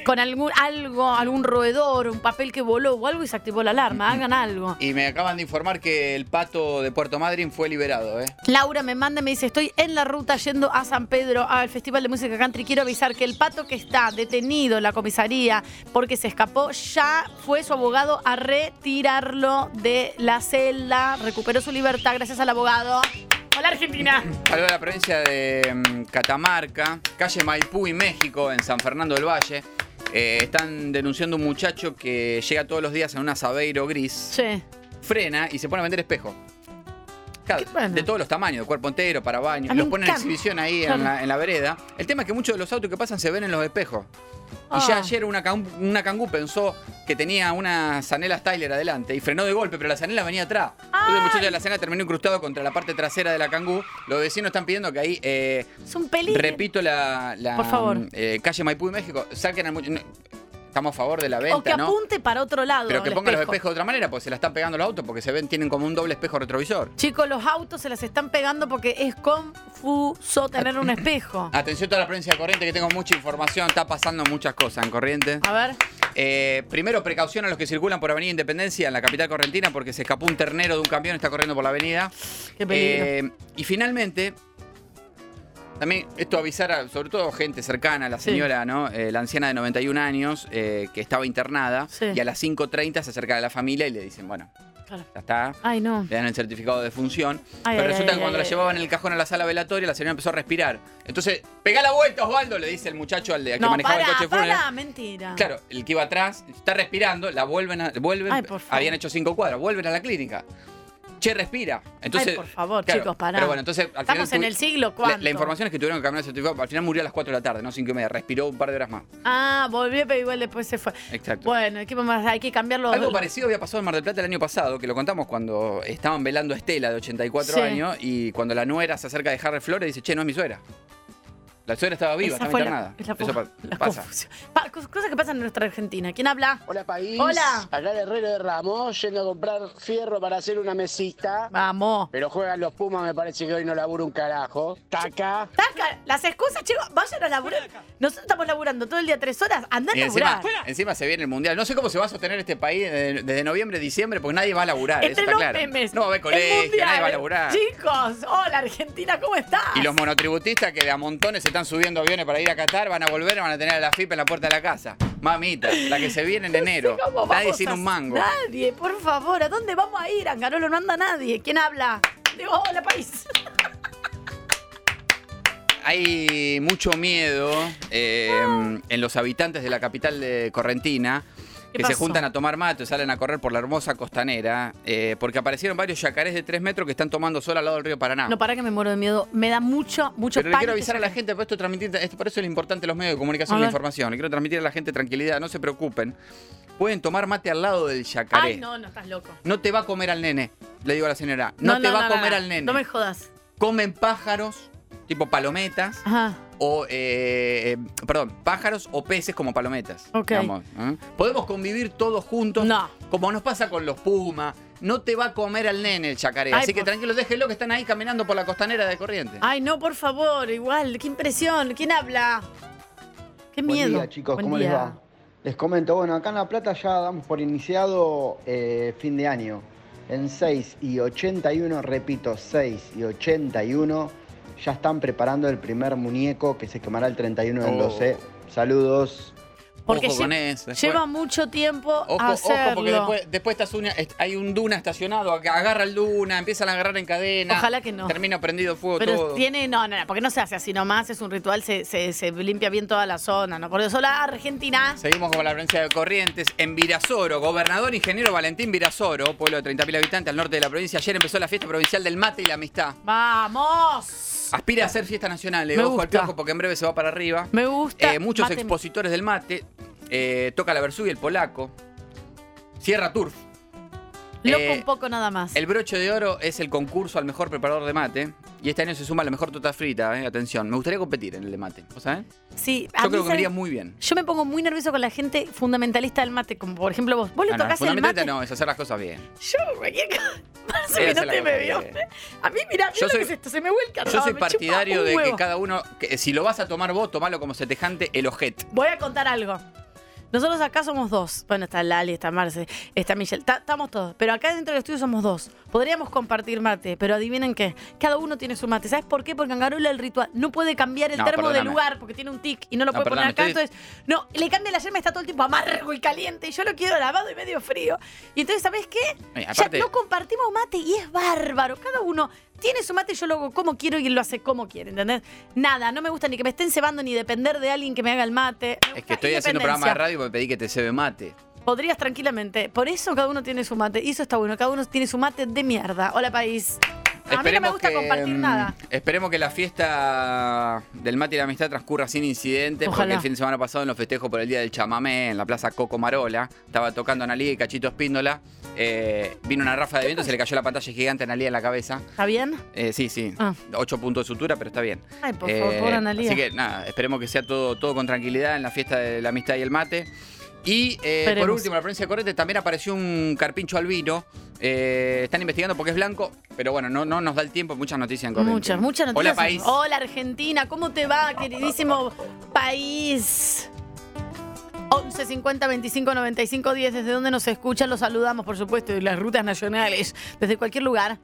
con algún algo, algún roedor, un papel que voló o algo y se activó la alarma. Hagan algo. Y me acaban de informar que el pato de Puerto Madryn fue liberado, ¿eh? Laura me manda y me dice, estoy en la ruta yendo a San Pedro al Festival de Música Country. Quiero avisar que el pato que está detenido en la comisaría porque se escapó, ya fue su abogado a retirarlo de la celda. Recuperó su libertad gracias al abogado. Hola Argentina. Algo de la provincia de mm, Catamarca, calle Maipú y México, en San Fernando del Valle. Eh, están denunciando un muchacho que llega todos los días en un asabeiro gris, frena y se pone a vender espejo. Claro, De todos los tamaños, de cuerpo entero, para baño. A mí Los me ponen en encanta. exhibición ahí en Claro. la, en la vereda. El tema es que muchos de los autos que pasan se ven en los espejos. Y Ah. ya ayer una, can- una cangú pensó que tenía una zanela Tyler adelante y frenó de golpe, pero la zanela venía atrás. Entonces el muchacho de la zanela terminó incrustado contra la parte trasera de la cangú. Los vecinos están pidiendo que ahí, eh, Es un peligro. repito, la, la, Por favor. eh, calle Maipú y México, saquen al muchacho. Estamos a favor de la venta, o que ¿no? apunte para otro lado. Pero que el pongan los espejo. espejos de otra manera, porque se la están pegando los autos, porque se ven, tienen como un doble espejo retrovisor. Chicos, los autos se las están pegando porque es confuso tener Ah. un espejo. Atención a toda la provincia de Corrientes, que tengo mucha información, está pasando muchas cosas en Corrientes. Eh, A ver. primero, precaución a los que circulan por Avenida Independencia, en la capital correntina, porque se escapó un ternero de un camión, está corriendo por la avenida. Qué peligro. Eh, y finalmente, también esto avisar, a, sobre todo gente cercana, a la Sí. señora, ¿no? Eh, la anciana de 91 años, eh, que estaba internada, y a las 5.30 se acerca a la familia y le dicen, bueno, Claro. ya está, Ay, no. le dan el certificado de función. Ay, pero ay, resulta ay, que cuando ay, la ay. llevaban en el cajón a la sala velatoria, la señora empezó a respirar. Entonces, pegá la vuelta, Osvaldo, le dice el muchacho al de, al que No, manejaba para, el coche fúnebre. para, mentira. Claro, el que iba atrás está respirando, la vuelven, a- vuelven Ay, por favor. habían hecho cinco cuadras, vuelven a la clínica. Che, respira. Entonces, Ay, por favor, claro, chicos, pará. Pero bueno, entonces al final Estamos en tuvi- el siglo, la, ¿cuánto? la información es que tuvieron que cambiar el certificado, al final murió a las 4 de la tarde, no 5 y media, respiró un par de horas más. Ah, volvió, pero igual después se fue. Exacto. Bueno, ¿qué más? Hay que cambiarlo. Algo parecido había pasado en Mar del Plata el año pasado, que lo contamos cuando estaban velando a Estela de 84 Sí. años y cuando la nuera se acerca a dejarle flores dice, che, no es mi suegra. La señora estaba viva, Esa estaba fue la- internada. es la Eso pa- pasa. Pa- cos- cosas que pasan en nuestra Argentina. ¿Quién habla? Hola, país. Hola. Acá el herrero de Ramos yendo a comprar fierro para hacer una mesita. Vamos. Pero juegan los Pumas, me parece que hoy no laburo un carajo. Taca. Taca, las excusas, chicos, vayan a laburar. Nosotros estamos laburando todo el día tres horas. Andá a Y encima, laburar. encima se viene el mundial. No sé cómo se va a sostener este país desde, desde noviembre, diciembre, porque nadie va a laburar. Entre eso los está claro. memes. No va a haber el colegio, nadie va a mundial. laburar. Chicos, hola Argentina, ¿cómo estás? Y los monotributistas que de a montones se están subiendo aviones para ir a Qatar van a volver, van a tener a la FIP en la puerta de la casa. Mamita, la que se viene en enero. ¿Cómo Nadie vamos sin a- un mango. Nadie, por favor, ¿a dónde vamos a ir? Angarolo no anda nadie. ¿Quién habla? Digo, hola país. Hay mucho miedo eh, en los habitantes de la capital de Correntina ¿Qué que se pasó? juntan a tomar mate, salen a correr por la hermosa costanera, eh, porque aparecieron varios yacarés de 3 metros que están tomando sol al lado del río Paraná. No, para que me muero de miedo. Me da mucho, mucho Ah. Pero le quiero pánico avisar a la gente, por, esto transmitir, esto- por eso es lo importante los medios de comunicación A y la ver. información. Le quiero transmitir a la gente tranquilidad, no se preocupen. Pueden tomar mate al lado del yacaré. Ay, no, no estás loco. No te va a comer al nene, le digo a la señora. No, te va a comer al nene. No me jodas. Comen pájaros, tipo palometas. O, eh, eh, perdón, pájaros o peces como palometas. Ok. digamos, ¿eh? Podemos convivir todos juntos. Como nos pasa con los pumas. No te va a comer al nene el chacaré. Ay, así que por- tranquilos, déjenlo que están ahí caminando por la costanera de Corrientes. Ay, no, por favor, igual, qué impresión. ¿Quién habla? Qué Buen miedo. día, chicos, Buen ¿cómo les día. va? Les comento, bueno, acá en La Plata ya damos por iniciado eh, fin de año. En 6 y 81, repito, 6 y 81, ya están preparando el primer muñeco que se quemará el 31 del Oh. 12. Saludos. Porque lle- lleva mucho tiempo Ojo, hacerlo. ojo, porque después, después estás una- est- hay un duna estacionado, ag- agarra el duna, empiezan a agarrar en cadena. Ojalá que no. Termina prendido fuego Pero todo. tiene, no, no, no, porque no se hace así nomás, es un ritual, se, se- se limpia bien toda la zona, ¿no? Por eso la Argentina. Seguimos con la provincia de Corrientes. En Virasoro, gobernador ingeniero Valentín Virasoro, pueblo de 30.000 habitantes al norte de la provincia. Ayer empezó la fiesta provincial del mate y la amistad. ¡Vamos! Aspira a ser fiesta nacional, eh, Me ojo al gusta. piojo porque en breve se va para arriba. Me gusta. Eh, muchos Mate- expositores del mate. eh, toca la Versubi, el polaco. Sierra Turf. Loco Eh, un poco nada más. El broche de oro es el concurso al mejor preparador de mate. Y este año se suma la mejor torta frita, eh, atención. Me gustaría competir en el de mate, ¿vos sabés? Sí, Yo a creo mí, que me ¿sabes? iría muy bien. Yo me pongo muy nervioso con la gente fundamentalista del mate, como por ejemplo vos. Vos le Ah, no, tocás el fundamentalmente mate. no, es hacer las cosas bien. Yo, cualquier cosa. <laughs> Parece Esa que es no la te cosa me vio. que- A mí, mirá, Yo mirá lo soy- que es esto, se me vuelca. Yo no, soy me chupa partidario un de que huevo. cada uno, que eh, si lo vas a tomar vos, tomalo como se te jante el ojete. Voy a contar algo. Nosotros acá somos dos. Bueno, está Lali, está Marce, está Michelle. ta- Estamos todos. Pero acá dentro del estudio somos dos. Podríamos compartir mate, pero adivinen qué. Cada uno tiene su mate. ¿Sabes por qué? Porque Angarola el ritual no puede cambiar el No, termo de perdóname. lugar porque tiene un tic y no lo No, puede poner acá. perdóname, estoy- Entonces, no, le cambia la yema, está todo el tiempo amargo y caliente. Y yo lo quiero lavado y medio frío. Y entonces, ¿sabes qué? Ay, Eh, Ya aparte- no compartimos mate y es bárbaro. Cada uno tiene su mate, yo lo hago como quiero y él lo hace como quiere, ¿entendés? Nada, no me gusta ni que me estén cebando ni depender de alguien que me haga el mate. Es que estoy haciendo un programa de radio y me pedí que te cebe mate. Podrías tranquilamente. Por eso cada uno tiene su mate. Y eso está bueno. Cada uno tiene su mate de mierda. Hola, país. A mí no me gusta compartir mm, nada. Esperemos que la fiesta del mate y la amistad transcurra sin incidentes, porque Ojalá. el fin de semana pasado en los festejos por el Día del Chamamé, en la Plaza Coco Marola, estaba tocando Analía y Cachito Espíndola, eh, vino una rafa de viento, se le cayó la pantalla gigante a Analía en la cabeza. ¿Está bien? Eh, sí, sí. Ah. Ocho puntos de sutura, pero está bien. Ay, por favor, Analía. eh, Así que nada, esperemos que sea todo, todo con tranquilidad en la fiesta de la amistad y el mate. Y eh, por Esperemos. último, en la provincia de Corrientes también apareció un carpincho albino. Eh, están investigando porque es blanco, pero bueno, no, no nos da el tiempo. Muchas noticias en Corrientes. Muchas, muchas noticias. Hola, país. Hola, Argentina. ¿Cómo te va, queridísimo país? 11 50 25 95 10. Desde donde nos escuchan, los saludamos, por supuesto, de las rutas nacionales. Desde cualquier lugar.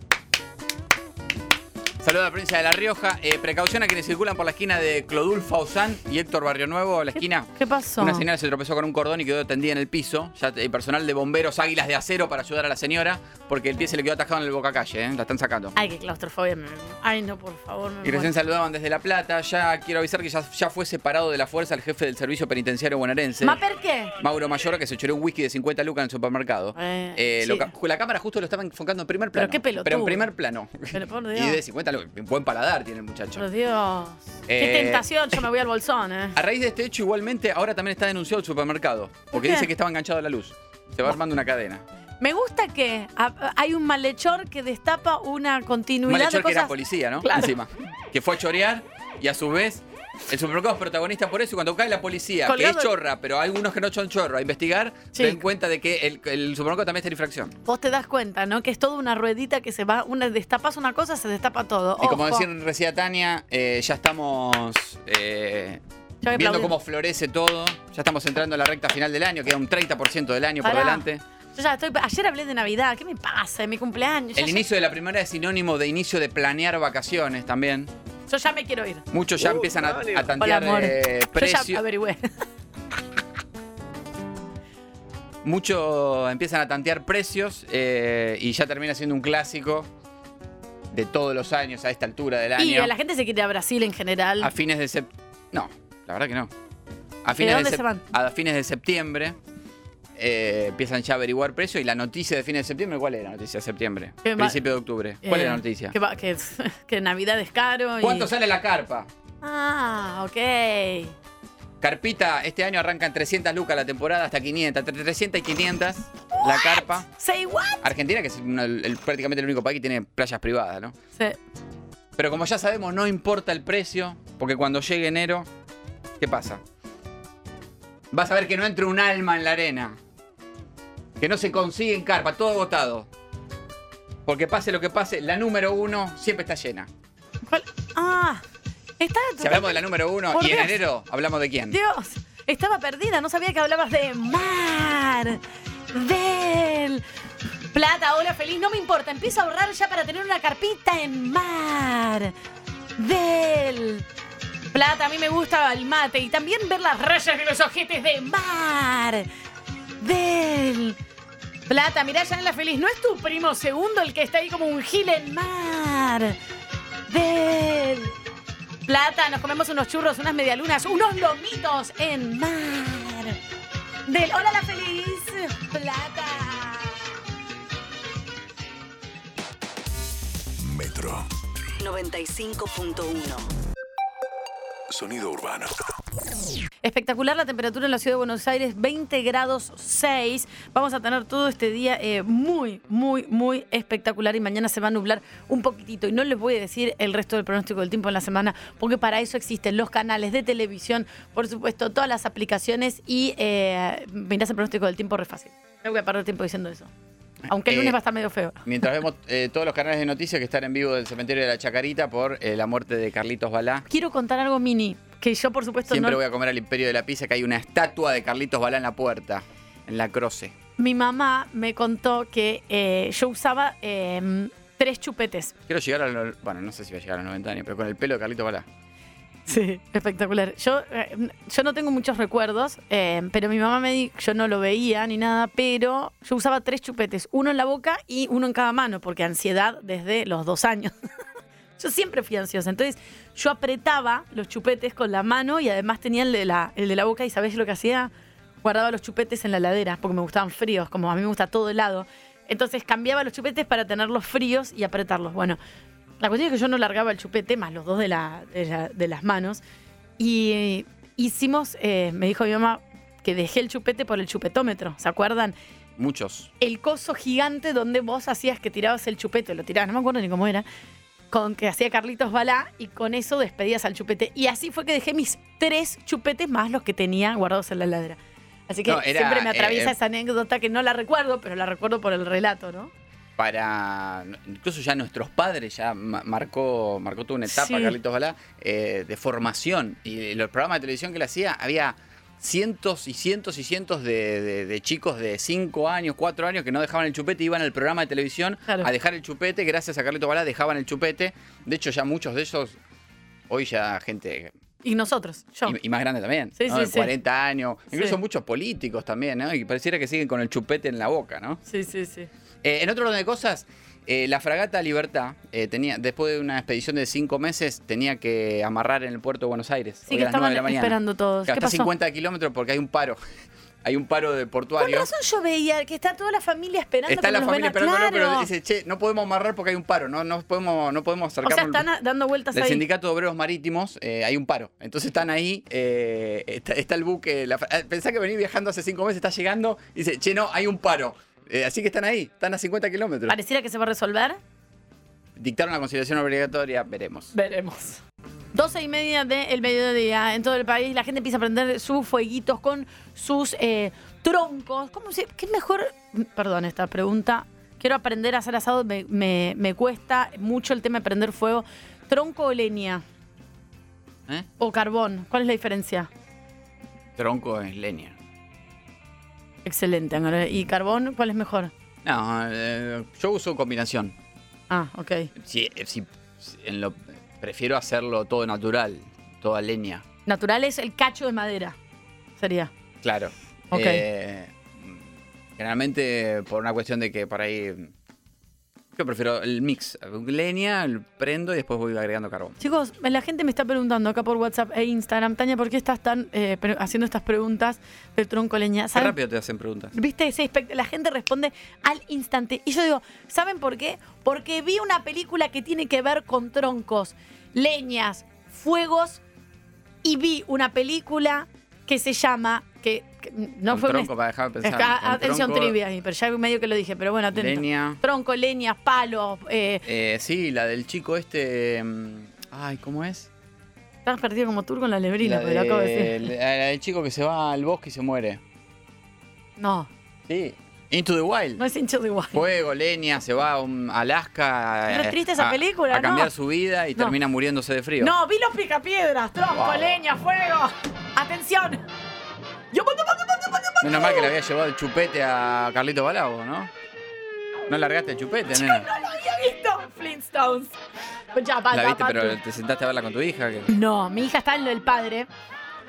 Saludos a la provincia de La Rioja. Eh, precaución a quienes circulan por la esquina de Clodul Fausán y Héctor Barrio Nuevo, la esquina. ¿Qué pasó? Una señora se tropezó con un cordón y quedó tendida en el piso. Ya hay personal de bomberos águilas de acero para ayudar a la señora porque el pie se le quedó atajado en el boca calle. ¿eh? La están sacando. Ay, qué claustrofobia. me- Ay, no, por favor. me Y recién muero. saludaban desde La Plata. Ya quiero avisar que ya, ya fue separado de la fuerza el jefe del servicio penitenciario bonaerense. ¿Maper qué? Mauro Mayor, que se choró un whisky de 50 lucas en el supermercado. Eh, Eh, lo sí. ca- la cámara justo lo estaba enfocando en primer Pero plano. qué pelotudo. en primer plano. <laughs> Pero por Y de Dios. 50 lucas. Buen paladar tiene el muchacho. Por Dios. Qué Eh, tentación. Yo me voy al bolsón, ¿eh? <laughs> A raíz de este hecho, igualmente, ahora también está denunciado el supermercado. Porque qué? dice que estaba enganchado a la luz. Se va armando una cadena. Me gusta que a- hay un malhechor que destapa una Un continuidad malhechor de que cosas. era policía, ¿no? Claro. Encima. Que fue a chorear y a su vez El supermercado es protagonista por eso y cuando cae la policía, Colgado- que es chorra, pero algunos que no son chorros, a investigar, Sí. se dan cuenta de que el, el supermercado también está en infracción. Vos te das cuenta, ¿no? Que es toda una ruedita que se va, una destapas una cosa, se destapa todo. Y como Ojo. decía recién Tania, eh, ya estamos eh, Ya me viendo aplaudí. cómo florece todo. Ya estamos entrando en la recta final del año, queda un 30% del año Pará. por delante. Yo ya estoy. Ayer hablé de Navidad, ¿qué me pasa? De mi cumpleaños. El ya- inicio de la primavera es sinónimo de inicio de planear vacaciones también. Yo ya me quiero ir. Muchos ya empiezan a, a Uh. Hola, tantear amor. eh, Yo ya precios. averigüé. Muchos empiezan a tantear precios eh, y ya termina siendo un clásico de todos los años a esta altura del año. <laughs> Ah, Y eh, la gente se quiere ir a Brasil en general. A fines de septiembre. No, la verdad que no. A ¿De fines dónde sep- se van? A fines de septiembre eh, empiezan ya a averiguar precios y la noticia de fines de septiembre, ¿cuál era la noticia de septiembre? Que va- Principio de octubre. ¿Cuál Eh, era la noticia? Que, va- que, <laughs> que Navidad es caro. Y... ¿Cuánto sale la carpa? Ah, ok. Carpita, este año arrancan 300 lucas la temporada hasta 500, entre 300 y 500 la carpa. Say what? Argentina, que es una- el- prácticamente el único país que tiene playas privadas, ¿no? Sí. Pero como ya sabemos, no importa el precio, porque cuando llegue enero, ¿qué pasa? Vas a ver que no entra un alma en la arena. Que no se consigue en carpa, todo agotado. Porque pase lo que pase, la número uno siempre está llena. Ah, está. Si hablamos de la número uno Por y en Dios. enero, hablamos de quién. Dios, estaba perdida, no sabía que hablabas de mar, del plata, hola feliz, no me importa, empiezo a ahorrar ya para tener una carpita en mar, del plata, a mí me gusta el mate y también ver las rayas de los ojetes de mar, del plata, mirá ya en la feliz, no es tu primo segundo el que está ahí como un gil en mar, del plata, nos comemos unos churros, unas medialunas, unos lomitos en mar. Del Hola la Feliz Plata. Metro. 95.1. Sonido urbano. Espectacular la temperatura en la ciudad de Buenos Aires, 20 grados 6. Vamos a tener todo este día eh, muy, muy, muy espectacular y mañana se va a nublar un poquitito. Y no les voy a decir el resto del pronóstico del tiempo en la semana, porque para eso existen los canales de televisión, por supuesto, todas las aplicaciones y eh, mirás el pronóstico del tiempo re fácil. No voy a perder tiempo diciendo eso. Aunque el Eh, lunes va a estar medio feo. Mientras vemos eh, todos los canales de noticias que están en vivo del cementerio de la Chacarita por eh, la muerte de Carlitos Balá. Quiero contar algo mini, que yo por supuesto Siempre no... voy a comer al Imperio de la Pizza que hay una estatua de Carlitos Balá en la puerta, en la croce. Mi mamá me contó que eh, yo usaba eh, tres chupetes. Quiero llegar a los. Bueno, no sé si voy a llegar a los 90 años, pero con el pelo de Carlitos Balá. Sí, espectacular. Yo, eh, yo no tengo muchos recuerdos, eh, pero mi mamá me dijo, yo no lo veía ni nada, pero yo usaba tres chupetes, uno en la boca y uno en cada mano, porque ansiedad desde los dos años. <laughs> yo siempre fui ansiosa, entonces yo apretaba los chupetes con la mano y además tenía el de la, el de la boca y ¿sabés lo que hacía? Guardaba los chupetes en la heladera, porque me gustaban fríos, como a mí me gusta todo helado. Entonces cambiaba los chupetes para tenerlos fríos y apretarlos. Bueno, la cuestión es que yo no largaba el chupete, más los dos de, la- de la- de las manos. Y eh, hicimos, eh, me dijo mi mamá, que dejé el chupete por el chupetómetro, ¿se acuerdan? Muchos. El coso gigante donde vos hacías que tirabas el chupete, lo tirabas, no me acuerdo ni cómo era, con que hacía Carlitos Balá y con eso despedías al chupete. Y así fue que dejé mis tres chupetes más los que tenía guardados en la heladera. Así que No, era, siempre me atraviesa eh, esa anécdota que no la recuerdo, pero la recuerdo por el relato, ¿no? Para. Incluso ya nuestros padres ya ma- marcó, marcó toda una etapa, Sí. Carlitos Balá, eh, de formación. Y los programas de televisión que él hacía, había cientos y cientos y cientos de, de- de chicos de 5 años, 4 años que no dejaban el chupete, iban al programa de televisión Claro. a dejar el chupete. Gracias a Carlitos Balá dejaban el chupete. De hecho, ya muchos de ellos, hoy ya gente Y nosotros, yo. Y, y más grande también. Sí, ¿no? sí, De sí. 40 años. Incluso Sí. muchos políticos también, ¿no? Y pareciera que siguen con el chupete en la boca, ¿no? Sí, sí, sí. Eh, en otro orden de cosas, eh, la fragata Libertad, eh, tenía, después de una expedición de cinco meses, tenía que amarrar en el puerto de Buenos Aires. Sí, hoy que a las nueve estaban de la mañana. esperando todos. Que ¿Qué hasta pasó? 50 kilómetros porque hay un paro. <laughs> hay un paro de Con portuarios. razón yo veía que está toda la familia esperando. Está que la nos familia ven a- esperando, pero Claro. dice, che, no podemos amarrar porque hay un paro, no, no podemos, no podemos O sea, acercarnos. están a- dando vueltas Del ahí. Sindicato de Obreros Marítimos eh, hay un paro. Entonces están ahí, eh, está, está el buque. La, fra- eh, pensá que venís viajando hace cinco meses, estás llegando y dice, che, no, hay un paro. Eh, así que están ahí, están a 50 kilómetros. Pareciera que se va a resolver. Dictaron la conciliación obligatoria, veremos. Veremos. 12 y media del mediodía en todo el país. La gente empieza a prender sus fueguitos con sus eh, troncos. ¿Cómo se, ¿Qué mejor? Perdón esta pregunta. Quiero aprender a hacer asado. Me, me- me cuesta mucho el tema de prender fuego. ¿Tronco o leña? ¿Eh? ¿O carbón? ¿Cuál es la diferencia? Tronco es leña. Excelente, Ángel. ¿Y carbón? ¿Cuál es mejor? No, eh, yo uso combinación. Ah, ok. Si, eh, si- si- en lo- prefiero hacerlo todo natural, toda leña. Natural es el cacho de madera. Sería. Claro. Ok. Eh, generalmente por una cuestión de que por ahí. Yo prefiero el mix. Leña, el prendo y después voy agregando carbón. Chicos, la gente me está preguntando acá por WhatsApp e Instagram, Tania, ¿por qué estás tan eh, pre- haciendo estas preguntas del tronco leña? Qué ¿Saben? rápido te hacen preguntas. ¿Viste ese espect- La gente responde al instante. Y yo digo, ¿saben por qué? Porque vi una película que tiene que ver con troncos, leñas, fuegos, y vi una película que se llama. que, que no Con fue una- tronco, para dejar de pensar. Acá, Con atención tronco, trivia, ahí, pero ya medio que lo dije, pero bueno, atento. Leña. Tronco, leñas, palos, eh, Eh, sí, la del chico este. mm, Ay, ¿cómo es? Estás perdido como turco en la lebrina, La, pero lo acabo de de- decir. la- la del chico que se va al bosque y se muere. No, Sí. Into the Wild. no es hincho de igual. Fuego, leña, se va a un- Alaska. Re eh, triste esa a- película, A cambiar ¿no? su vida y No. termina muriéndose de frío. No, vi los picapiedras, tronco, Wow. leña, fuego. Atención. Yo- Menos mal que le había llevado el chupete a Carlito Balabo, ¿no? No largaste el chupete, Yo nena. no lo había visto. Flintstones. Pues Ya, va, La va, viste, va, pero tú. te sentaste a verla con tu hija. que- Ah, No, mi hija está en lo del padre.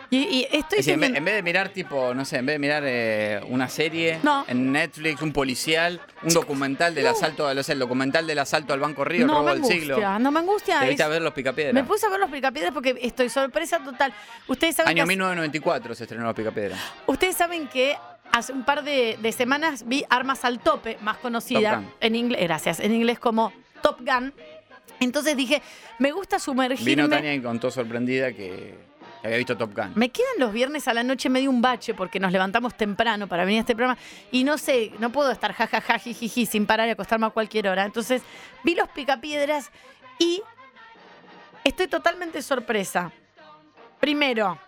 Y, y estoy Es decir, en, vez, teniendo- en vez de mirar, tipo, no sé, en vez de mirar eh, una serie No. en Netflix, un policial, un documental del asalto, no sé, el documental del asalto al Banco Río, el no, robo me del siglo. angustia, no me angustia. Debiste es- ver los picapiedras. Me puse a ver los picapiedras porque estoy sorpresa total. Ustedes saben que Año hace- 1994 se estrenó los picapiedras. Ustedes saben que hace un par de, de semanas vi Armas al Tope, más Top conocida Gun. en inglés, gracias, en inglés como Top Gun. Entonces dije, me gusta Vino sumergirme. Tania y contó sorprendida que que había visto Top Gun. Me quedan los viernes a la noche medio un bache porque nos levantamos temprano para venir a este programa y no sé, no puedo estar jajaja, jijiji, sin parar y acostarme a cualquier hora. Entonces vi los picapiedras y estoy totalmente sorpresa. Primero,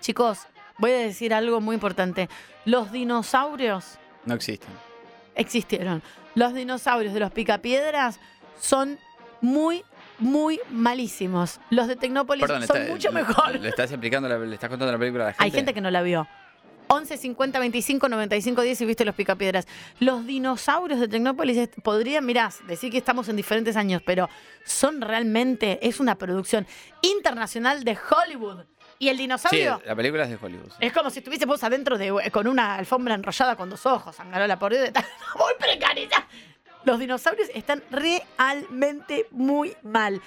chicos, voy a decir algo muy importante. Los dinosaurios No existen. existieron. Los dinosaurios de los picapiedras son muy, muy malísimos. Los de Tecnópolis Perdón, este, son está- mucho le- mejor. Le, estás explicando, la- le estás contando la película a la gente. Hay gente que no la vio. 11 50 25 95 10 y viste los picapiedras. Los dinosaurios de Tecnópolis est- podrían, mirás, decir que estamos en diferentes años, pero son realmente, es una producción internacional de Hollywood. Y el Sí, dinosaurio la película es de Hollywood. es como si estuviese vos adentro de, con una alfombra enrollada con dos ojos, Angarola, por Dios, está <laughs> muy precaria. Los dinosaurios están realmente muy mal.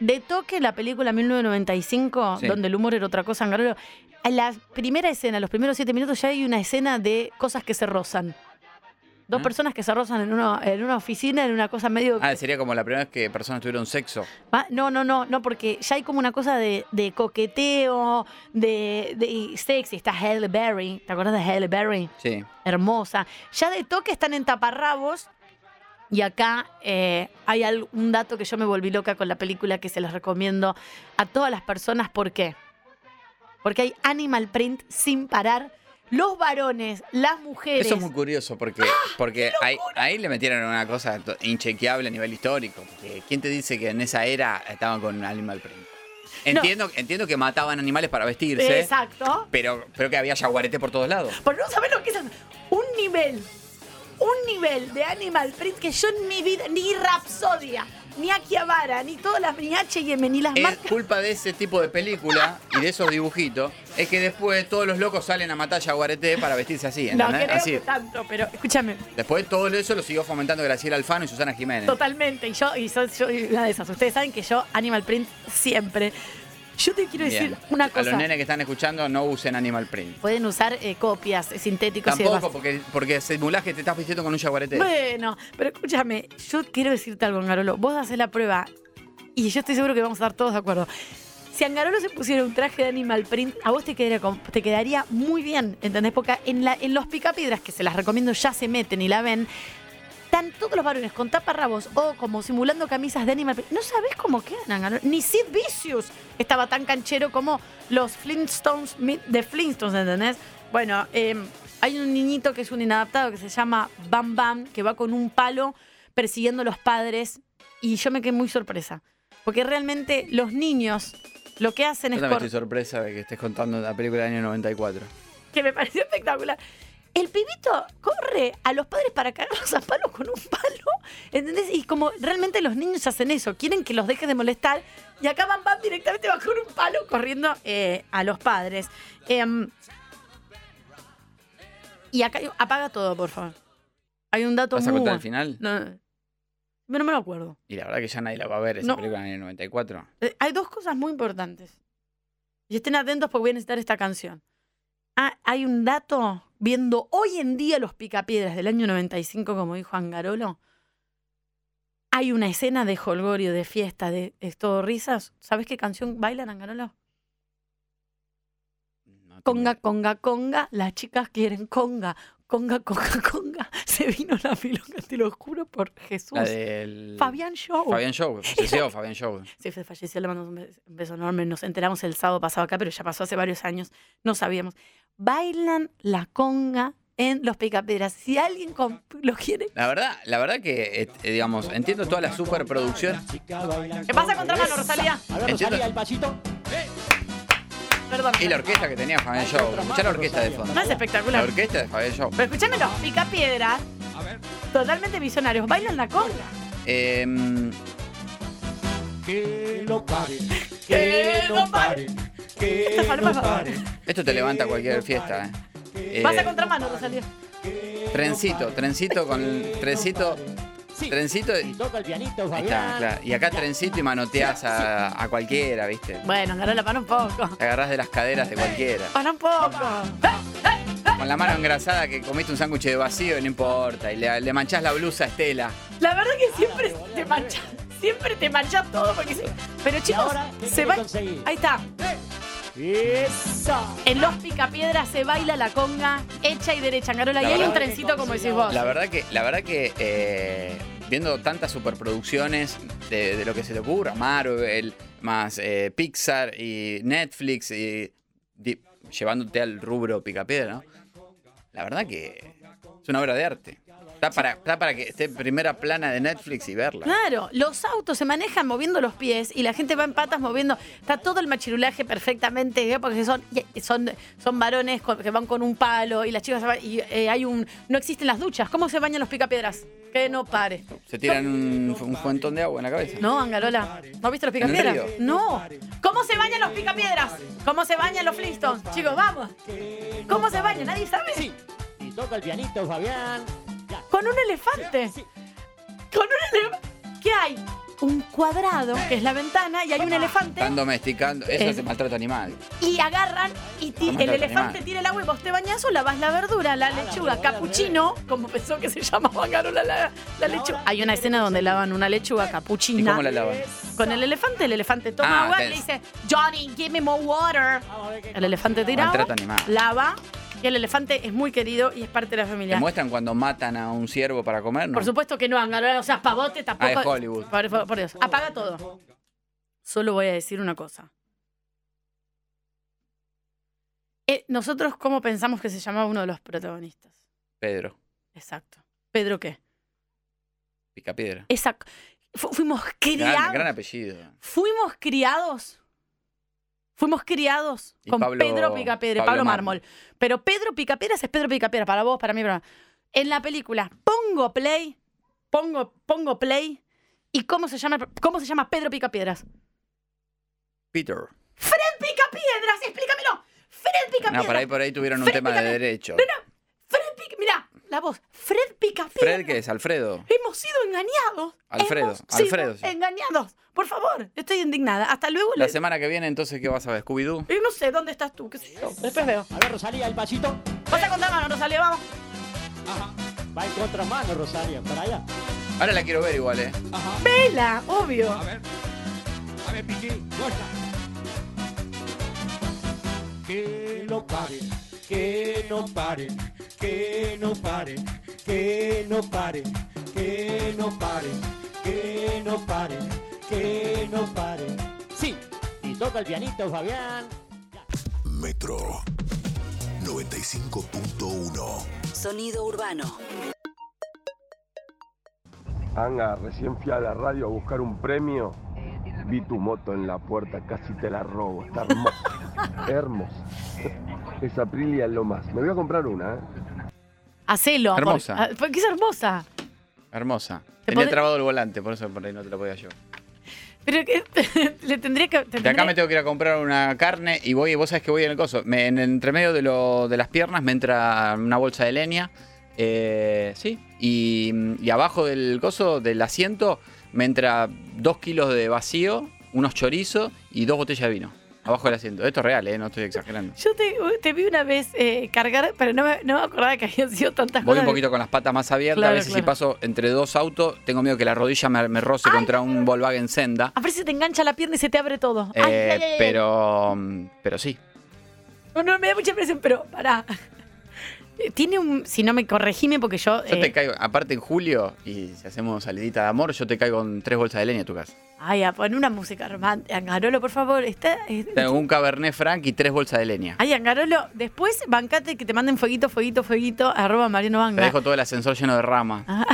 De toque la película 1995, Sí. donde el humor era otra cosa, Angarola, en la primera escena, los primeros siete minutos, ya hay una escena de cosas que se rozan. Dos personas que se rozan en, una- en una oficina, en una cosa medio... Ah, sería como la primera vez que personas tuvieron sexo. Va- No, no, no, no, porque ya hay como una cosa de, de coqueteo, de, de sexy. Está Halle Berry, ¿te acuerdas de Halle Berry? Sí. hermosa. Ya de toque están en taparrabos. Y acá eh, hay al- un dato que yo me volví loca con la película que se los recomiendo a todas las personas. ¿Por qué? Porque hay animal print sin parar. Los varones, las mujeres. Eso es muy curioso porque, ¡Ah! porque ahí, ahí le metieron una cosa to- inchequeable a nivel histórico. porque ¿Quién te dice que en esa era estaban con animal print? Entiendo, entiendo que mataban animales para vestirse, Exacto. pero creo que había jaguarete por todos lados. Pero no sabés lo que es un nivel, un nivel de Animal Print que yo en mi vida, ni Rapsodia, ni Akihabara, ni todas las, ni H&M, ni las Es marcas. culpa de ese tipo de película y de esos dibujitos, es que después todos los locos salen a matar jaguarete para vestirse así. No ¿entendés? creo Así. Eh. que tanto, pero escúchame, Después todo eso lo siguió fomentando Graciela Alfano y Susana Jiménez. totalmente. Y yo, y soy, soy una de esas. Ustedes saben que yo Animal Print siempre. Yo te quiero decir Bien. A una los cosa. nenes que están escuchando, no usen animal print. Pueden usar eh, copias eh, sintéticos y demás. Tampoco, porque, porque simulás que te estás vistiendo con un jaguarete. Bueno, pero escúchame, yo quiero decirte algo, Angarolo. Vos haces la prueba y yo estoy seguro que vamos a estar todos de acuerdo. Si Angarolo se pusiera un traje de animal print, a vos te quedaría, con- te quedaría muy bien, ¿entendés? Porque en, la, en los picapiedras, que se las recomiendo, ya se meten y la ven, Están todos los varones con taparrabos o como simulando camisas de animal. print. No sabés cómo quedan, Angarolo. Ni Sid Vicious estaba tan canchero como los Flintstones mi- de Flintstones, ¿entendés? Bueno, eh, hay un niñito que es un inadaptado que se llama Bam Bam, que va con un palo persiguiendo a los padres. Y yo me quedé muy sorpresa. Porque realmente los niños lo que hacen Yo es también cor- estoy sorpresa de que estés contando la película del año 94. que me pareció espectacular. El pibito corre a los padres para cagarlos a palos con un palo, ¿entendés? Y como realmente los niños hacen eso, quieren que los dejes de molestar y acá van, van directamente bajo un palo corriendo eh, a los padres. Em, y acá hay- apaga todo, por favor. Hay un dato ¿Vas a muy contar el bueno. final? No, no, no me lo acuerdo. Y la verdad que ya nadie la va a ver esa No. película del año 94. Eh, Hay dos cosas muy importantes. Y estén atentos porque voy a necesitar esta canción. Ah, hay un dato viendo hoy en día los picapiedras del año 95, como dijo Angarolo. Hay una escena de jolgorio, de fiesta, de es todo risas. ¿Sabes qué canción bailan, Angarolo? conga, conga, conga. Las chicas quieren conga. Conga, conga, conga. <laughs> Se vino la filonga, te lo juro por Jesús. La del... Fabián Show. Fabián <laughs> Show. Falleció Fabián Show. Sí, se falleció, le mandamos un beso, un beso enorme. Nos enteramos el sábado pasado acá, pero ya pasó hace varios años. No sabíamos. Bailan la conga en los picapiedras. Si alguien comp- lo quiere. La verdad, la verdad que, eh, eh, digamos, entiendo toda la superproducción. ¿Qué pasa contra mano, Rosalía? Entiendo- Perdón. Y la orquesta que tenía Fabián Show. Escuchá la orquesta de fondo. No es espectacular. La orquesta de Fabián Show. Pero escúchame los picapiedras. Totalmente visionarios. Bailan la conga. Em, Que no pare, Eh, que Eh, no pare, que no pare. esto te levanta cualquier fiesta, ¿eh? Eh, Vas a contramano, Rosalía. Trencito, trencito con. Trencito. Trencito y. Toca el pianito, Ahí está, claro. Y acá trencito y manoteas a, a cualquiera, ¿viste? Bueno, Angarola, para un poco. Te agarrás de las caderas de cualquiera. Para un poco. Con la mano engrasada que comiste un sándwich de vacío, no importa. Y le, le manchás la blusa a Estela. La verdad que siempre te mancha. Siempre te mancha todo porque sí. Pero chicos, ahora, ¿qué se querés va. conseguir? Ahí está. Esa. En los picapiedras se baila la conga hecha y derecha, Angarola. Y La hay un verdad- trencito como decís vos. La verdad que, la verdad que eh, viendo tantas superproducciones de, de lo que se te ocurra, Marvel, más eh, Pixar y Netflix, y di- llevándote al rubro picapiedra, ¿no? La verdad que es una obra de arte. Está para, está para que esté en primera plana de Netflix y verla. Claro, los autos se manejan moviendo los pies y la gente va en patas moviendo. Está todo el machirulaje perfectamente, ¿eh? porque son, y- son, son varones con- que van con un palo y las chicas se van- y eh, hay un. No existen las duchas. ¿Cómo se bañan los picapiedras? Que no pare. Se tiran un, un fuentón de agua en la cabeza. No, Angarola. ¿No viste los ¿En el picapiedras? río? No. ¿Cómo se bañan los picapiedras? ¿Cómo se bañan los Flintstones? Chicos, vamos. ¿Cómo se bañan? ¿Nadie sabe? Y toca el pianito, Fabián. Con un elefante. Con un elefante. ¿Qué hay? Un cuadrado, que es la ventana, y hay un elefante. Están domesticando. Eso Eh, es maltrato animal. Y agarran y Vamos a ti- el tratar de elefante animar. tira el agua y vos te bañás o lavas la verdura, Ah, la lechuga, capuchino, como pensó que se llamaba Carola la, la lechuga. Hay una escena donde lavan una lechuga capuchina. ¿Y cómo la lavan? Con el elefante, el elefante toma Ah, agua y tenés. le dice, Johnny, give me more water. El elefante tira agua, Maltrato animal. lava, y el elefante es muy querido y es parte de la ¿Te familia. muestran cuando matan a un ciervo para comer? No. Por supuesto que no, Angarola, o sea, pavote tampoco. Ah, es Hollywood. Por, por- por Dios, apaga todo. Solo voy a decir una cosa. Eh, Nosotros, ¿cómo pensamos que se llamaba uno de los protagonistas? Pedro, Exacto. ¿Pedro qué? picapiedra. Exacto. Fu- fuimos Gran, criados. gran apellido. Fuimos criados. Fuimos criados Y con Pablo- Pedro Picapedra, Pablo, Pablo Mármol. Pero Pedro Picaperas es Pedro Picaperas, para vos, para mí, para En la película, pongo play, pongo, pongo play. ¿Y cómo se llama, cómo se llama Pedro Picapiedras? Peter. ¡Fred Picapiedras! ¡Explícamelo! ¡Fred Picapiedras! No, por ahí, por ahí tuvieron un Fred tema de Picapiedra. derecho. Fred Pica- Mirá, la voz. Fred Picapiedra. Fred, ¿qué es? Alfredo. Hemos sido engañados. Alfredo. Hemos sido Alfredo. sí. engañados. Por favor, estoy indignada. Hasta luego. La le- semana que viene, entonces, ¿qué vas a ver? ¿Scooby-Doo? Y no sé dónde estás tú, qué sé yo. Después veo. A ver, Rosalía, el pasito. Vas a contar mano, Rosalía, vamos. Va en contramano, Rosalía, para allá. Ahora la quiero ver igual, ¿eh? Vela, obvio. A ver, Piqui, corta. Que no pare, que no pare, que no pare, que no pare, que que no pare, que no pare, que no pare. Sí, y toca el pianito, Fabián. Metro 95.1. Sonido urbano. Anga, recién fui a la radio a buscar un premio. Vi tu moto en la puerta, casi te la robo. Está <laughs> hermosa. hermosa. Esa Aprilia es lo más. Me voy a comprar una, ¿eh? Hacelo. por- Hermosa. ah, Porque es hermosa. Hermosa. Te Tenía podés- trabado el volante, por eso por ahí no te lo podía yo. Pero que <laughs> le tendría que. te De acá tendría- me tengo que ir a comprar una carne y voy, vos sabés que voy en el coso. Me- en el entremedio de, lo- de las piernas me entra una bolsa de leña. eh, sí. Y, mm, y abajo del coso, del asiento, me entra dos kilos de vacío, unos chorizos y dos botellas de vino. Abajo del asiento. Esto es real, eh, no estoy exagerando. Yo te, te vi una vez eh, cargar, pero no me, no me acordaba que habían sido tantas Voy un cosas. poquito con las patas más abiertas. Claro, a veces si claro. paso entre dos autos, tengo miedo que la rodilla me, me roce contra un Volkswagen Senda. A ver si te engancha la pierna y se te abre todo. Ay, Eh, ay, ay, ay. pero, mm, pero sí. No, no, me da mucha impresión, pero pará. Eh, Tiene un. Si no me corregime, porque yo. Yo eh, te caigo, aparte en julio, y si hacemos salidita de amor, yo te caigo con tres bolsas de leña a tu casa. Ay, a poner una música romántica. Angarolo, por favor. Está, es- Tengo un Cabernet Franc y tres bolsas de leña. Ay, Angarolo, después bancate que te manden fueguito, fueguito, fueguito, arroba Mariano Te Vanga. dejo todo el ascensor lleno de ramas. Ah.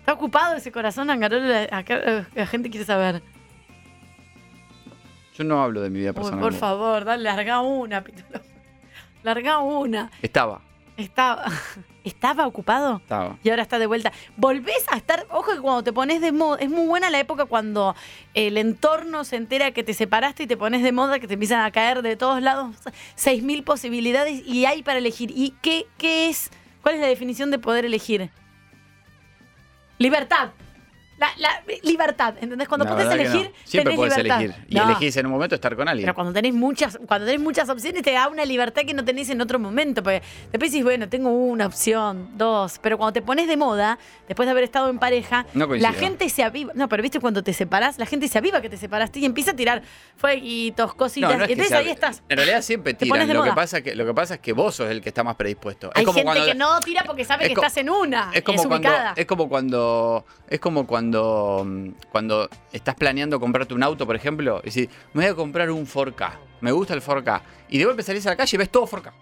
Está ocupado ese corazón, Angarolo, la, acá, eh, la gente quiere saber. Yo no hablo de mi vida Uy, personal. por favor, dale, larga una, <laughs> Pitolo. Larga una. Estaba, Estaba, <laughs> estaba ocupado. estaba. Y ahora está de vuelta. Volvés a estar, ojo que cuando te pones de moda, es muy buena la época cuando el entorno se entera que te separaste y te pones de moda, que te empiezan a caer de todos lados 6.000 posibilidades y hay para elegir. ¿Y qué, qué es? ¿Cuál es la definición de poder elegir? Libertad. La, la- libertad, ¿entendés? Cuando La podés verdad que elegir, no. Siempre tenés podés libertad. elegir. Y No, elegís en un momento estar con alguien. Pero cuando tenés muchas, cuando tenés muchas opciones te da una libertad que no tenés en otro momento. Porque después decís, bueno, tengo una opción, dos. Pero cuando te pones de moda, después de haber estado en pareja, No coincido. la gente se aviva. No, pero viste cuando te separás, la gente se aviva que te separaste y empieza a tirar fueguitos, cositas. No, no es que Entonces sea- ahí estás. En realidad siempre Te tiran. pones de Lo que, moda. pasa que, lo que pasa es que vos sos el que está más predispuesto. Hay es como gente cuando, que no tira porque sabe es que co- estás en una. Es como cuando. Ah, ubicada. Es como cuando. Es como cuando. mm, Cuando estás planeando comprarte un auto, por ejemplo, y decís, me voy a comprar un 4K. Me gusta el 4K. Y de golpe salís a la calle y ves todo 4K.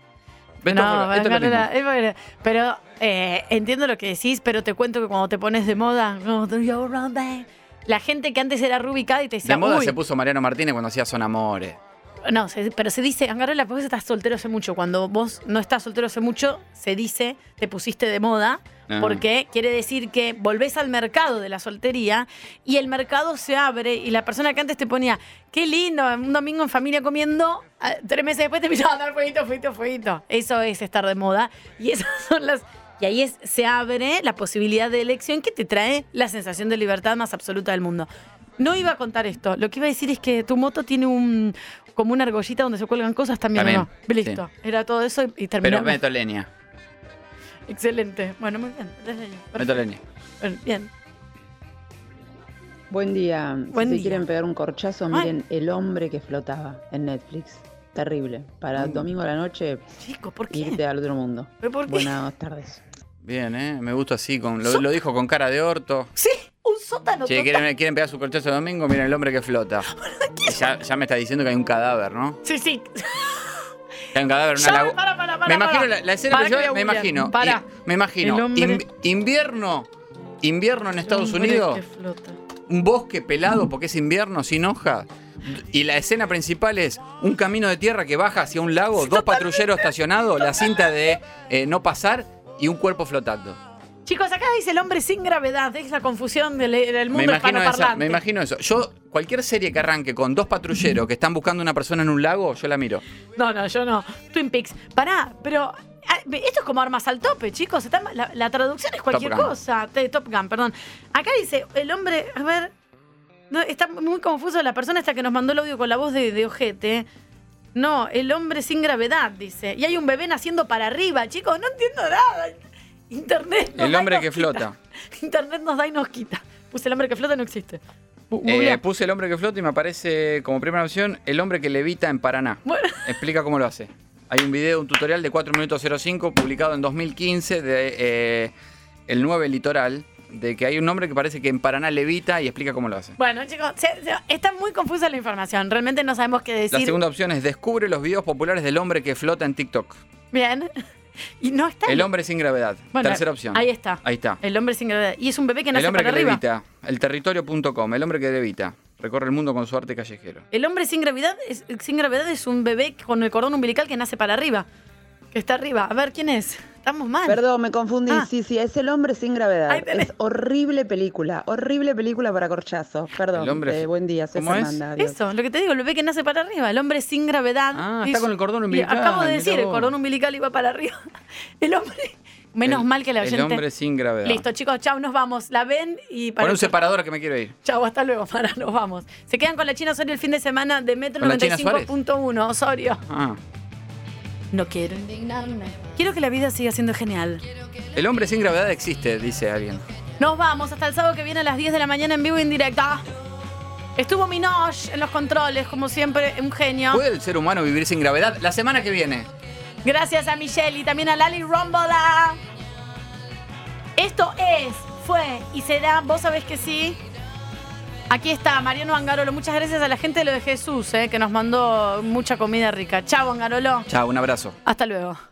Ves todo 4K. Esto No, es lo Bangalola, mismo. es Bangalola. pero eh, entiendo lo que decís, pero te cuento que cuando te pones de moda, como, "Do you want that?" la gente que antes era rubicada y te decía, De moda "Uy". se puso Mariano Martínez cuando hacía Son Amores. no, se- pero se dice, Angarola, vos estás soltero hace mucho. Cuando vos no estás soltero hace mucho, se dice, te pusiste de moda, Ah. porque quiere decir que volvés al mercado de la soltería y el mercado se abre y la persona que antes te ponía, qué lindo, un domingo en familia comiendo, ah, tres meses después te empezaba a dar fueguito, fueguito, fueguito. Eso es estar de moda y esas son las... Y ahí es, se abre la posibilidad de elección que te trae la sensación de libertad más absoluta del mundo. No iba a contar esto. Lo que iba a decir es que tu moto tiene un como una argollita donde se cuelgan cosas también, ¿o También, no. Listo. Era todo eso y, y Pero terminamos. meto leña. Excelente. Bueno, muy bien. Desde ahí. Meto leña. Bueno, Bien. Buen día. Buen si se día. quieren pegar un corchazo, Ay. miren El hombre que flotaba en Netflix. Terrible. Para Mm. domingo a la noche irte al otro mundo. ¿Pero por qué? Buenas tardes. Bien, ¿eh? Me gusta así. Con, lo, lo dijo con cara de orto. Sí, un sótano. Che, total. ¿quieren, quieren pegar su corchazo el domingo? Miren el hombre que <laughs> flota. Y Ya, ya me está diciendo que hay un cadáver, ¿no? Sí, sí. Que hay un cadáver en Ya, una lagu- para, para, para, Me imagino para. la, la escena Para que yo que voy me a googlear. imagino. Para. y- me imagino. El hombre- inv- invierno. Invierno en Estados Hombre Unidos. que flota. Un bosque pelado porque es invierno, sin hojas. Y la escena principal es un camino de tierra que baja hacia un lago, dos patrulleros estacionados, la cinta de eh, no pasar y un cuerpo flotando. Chicos, acá dice el hombre sin gravedad. Es la confusión del, del Me mundo imagino, esa- hispanoparlante. me imagino eso. Yo, cualquier serie que arranque con dos patrulleros que están buscando una persona en un lago, yo la miro. No, no, yo no. Twin Peaks. Pará, pero. ah, Esto es como armas al tope, chicos. Está- la, la traducción es cualquier Top Gun. cosa. Te- Top Gun, perdón. Acá dice el hombre. A ver. no, está muy confuso la persona esta que nos mandó el audio con la voz de, de Ojete. No, el hombre sin gravedad, dice. Y hay un bebé naciendo para arriba, chicos. No entiendo nada. Internet. nos El da y hombre nos que quita. flota. <laughs> Internet nos da y nos quita. Puse el hombre que flota, no existe. Bu- Eh, googleá. puse el hombre que flota y me aparece como primera opción el hombre que levita en Paraná. Explica cómo lo hace. Hay un video, un tutorial de 4 minutos 05 publicado en 2015 de eh, el 9 Litoral, de que hay un hombre que parece que en Paraná levita y explica cómo lo hace. <laughs> Bueno, chicos, se- se- está muy confusa la información. Realmente no sabemos qué decir. La segunda opción es descubre los videos populares del hombre que flota en TikTok. Bien. <laughs> Y no está. El hombre sin gravedad. Bueno, Tercera opción. Ahí está. Ahí está. El hombre sin gravedad. Y es un bebé que El nace hombre para que arriba. levita. El territorio.com. El hombre que levita. Recorre el mundo con su arte callejero. El hombre sin gravedad es, sin gravedad es un bebé con el cordón umbilical que nace para arriba. Que está arriba. A ver, ¿quién es? Estamos mal. Perdón, me confundí. Ah. Sí, sí, es El hombre sin gravedad. es horrible película. Horrible película para corchazo. Perdón. El hombre- eh, buen día, soy ¿Cómo es? Fernanda. adiós. Eso, lo que te digo, el bebé que nace para arriba, el hombre sin gravedad. Ah, está con el cordón umbilical, Acabo de mirá decir, el vos. cordón umbilical iba para arriba. <laughs> El hombre. Menos El- mal que la oyente. El hombre sin gravedad. Listo, chicos, chao, nos vamos. La ven y Pon para. un separador que me quiero ir. Chau, hasta luego, <laughs> para, nos vamos. Se quedan con la China Osorio el fin de semana de Metro ¿Con la China Suárez? 95.1, Osorio. Ah. No quiero indignarme. Quiero que la vida siga siendo genial. El hombre sin gravedad existe, dice alguien. Nos vamos hasta el sábado que viene a las 10 de la mañana en vivo y en directa. Estuvo Minosh en los controles, como siempre, un genio. ¿Puede el ser humano vivir sin gravedad? La semana que viene. Gracias a Michelle y también a Lali Rombola. Esto es, fue y será, vos sabés que sí. Aquí está Mariano Angarolo. Muchas gracias a la gente de lo de Jesús, eh, que nos mandó mucha comida rica. Chao, Angarolo. Chao, un abrazo. Hasta luego.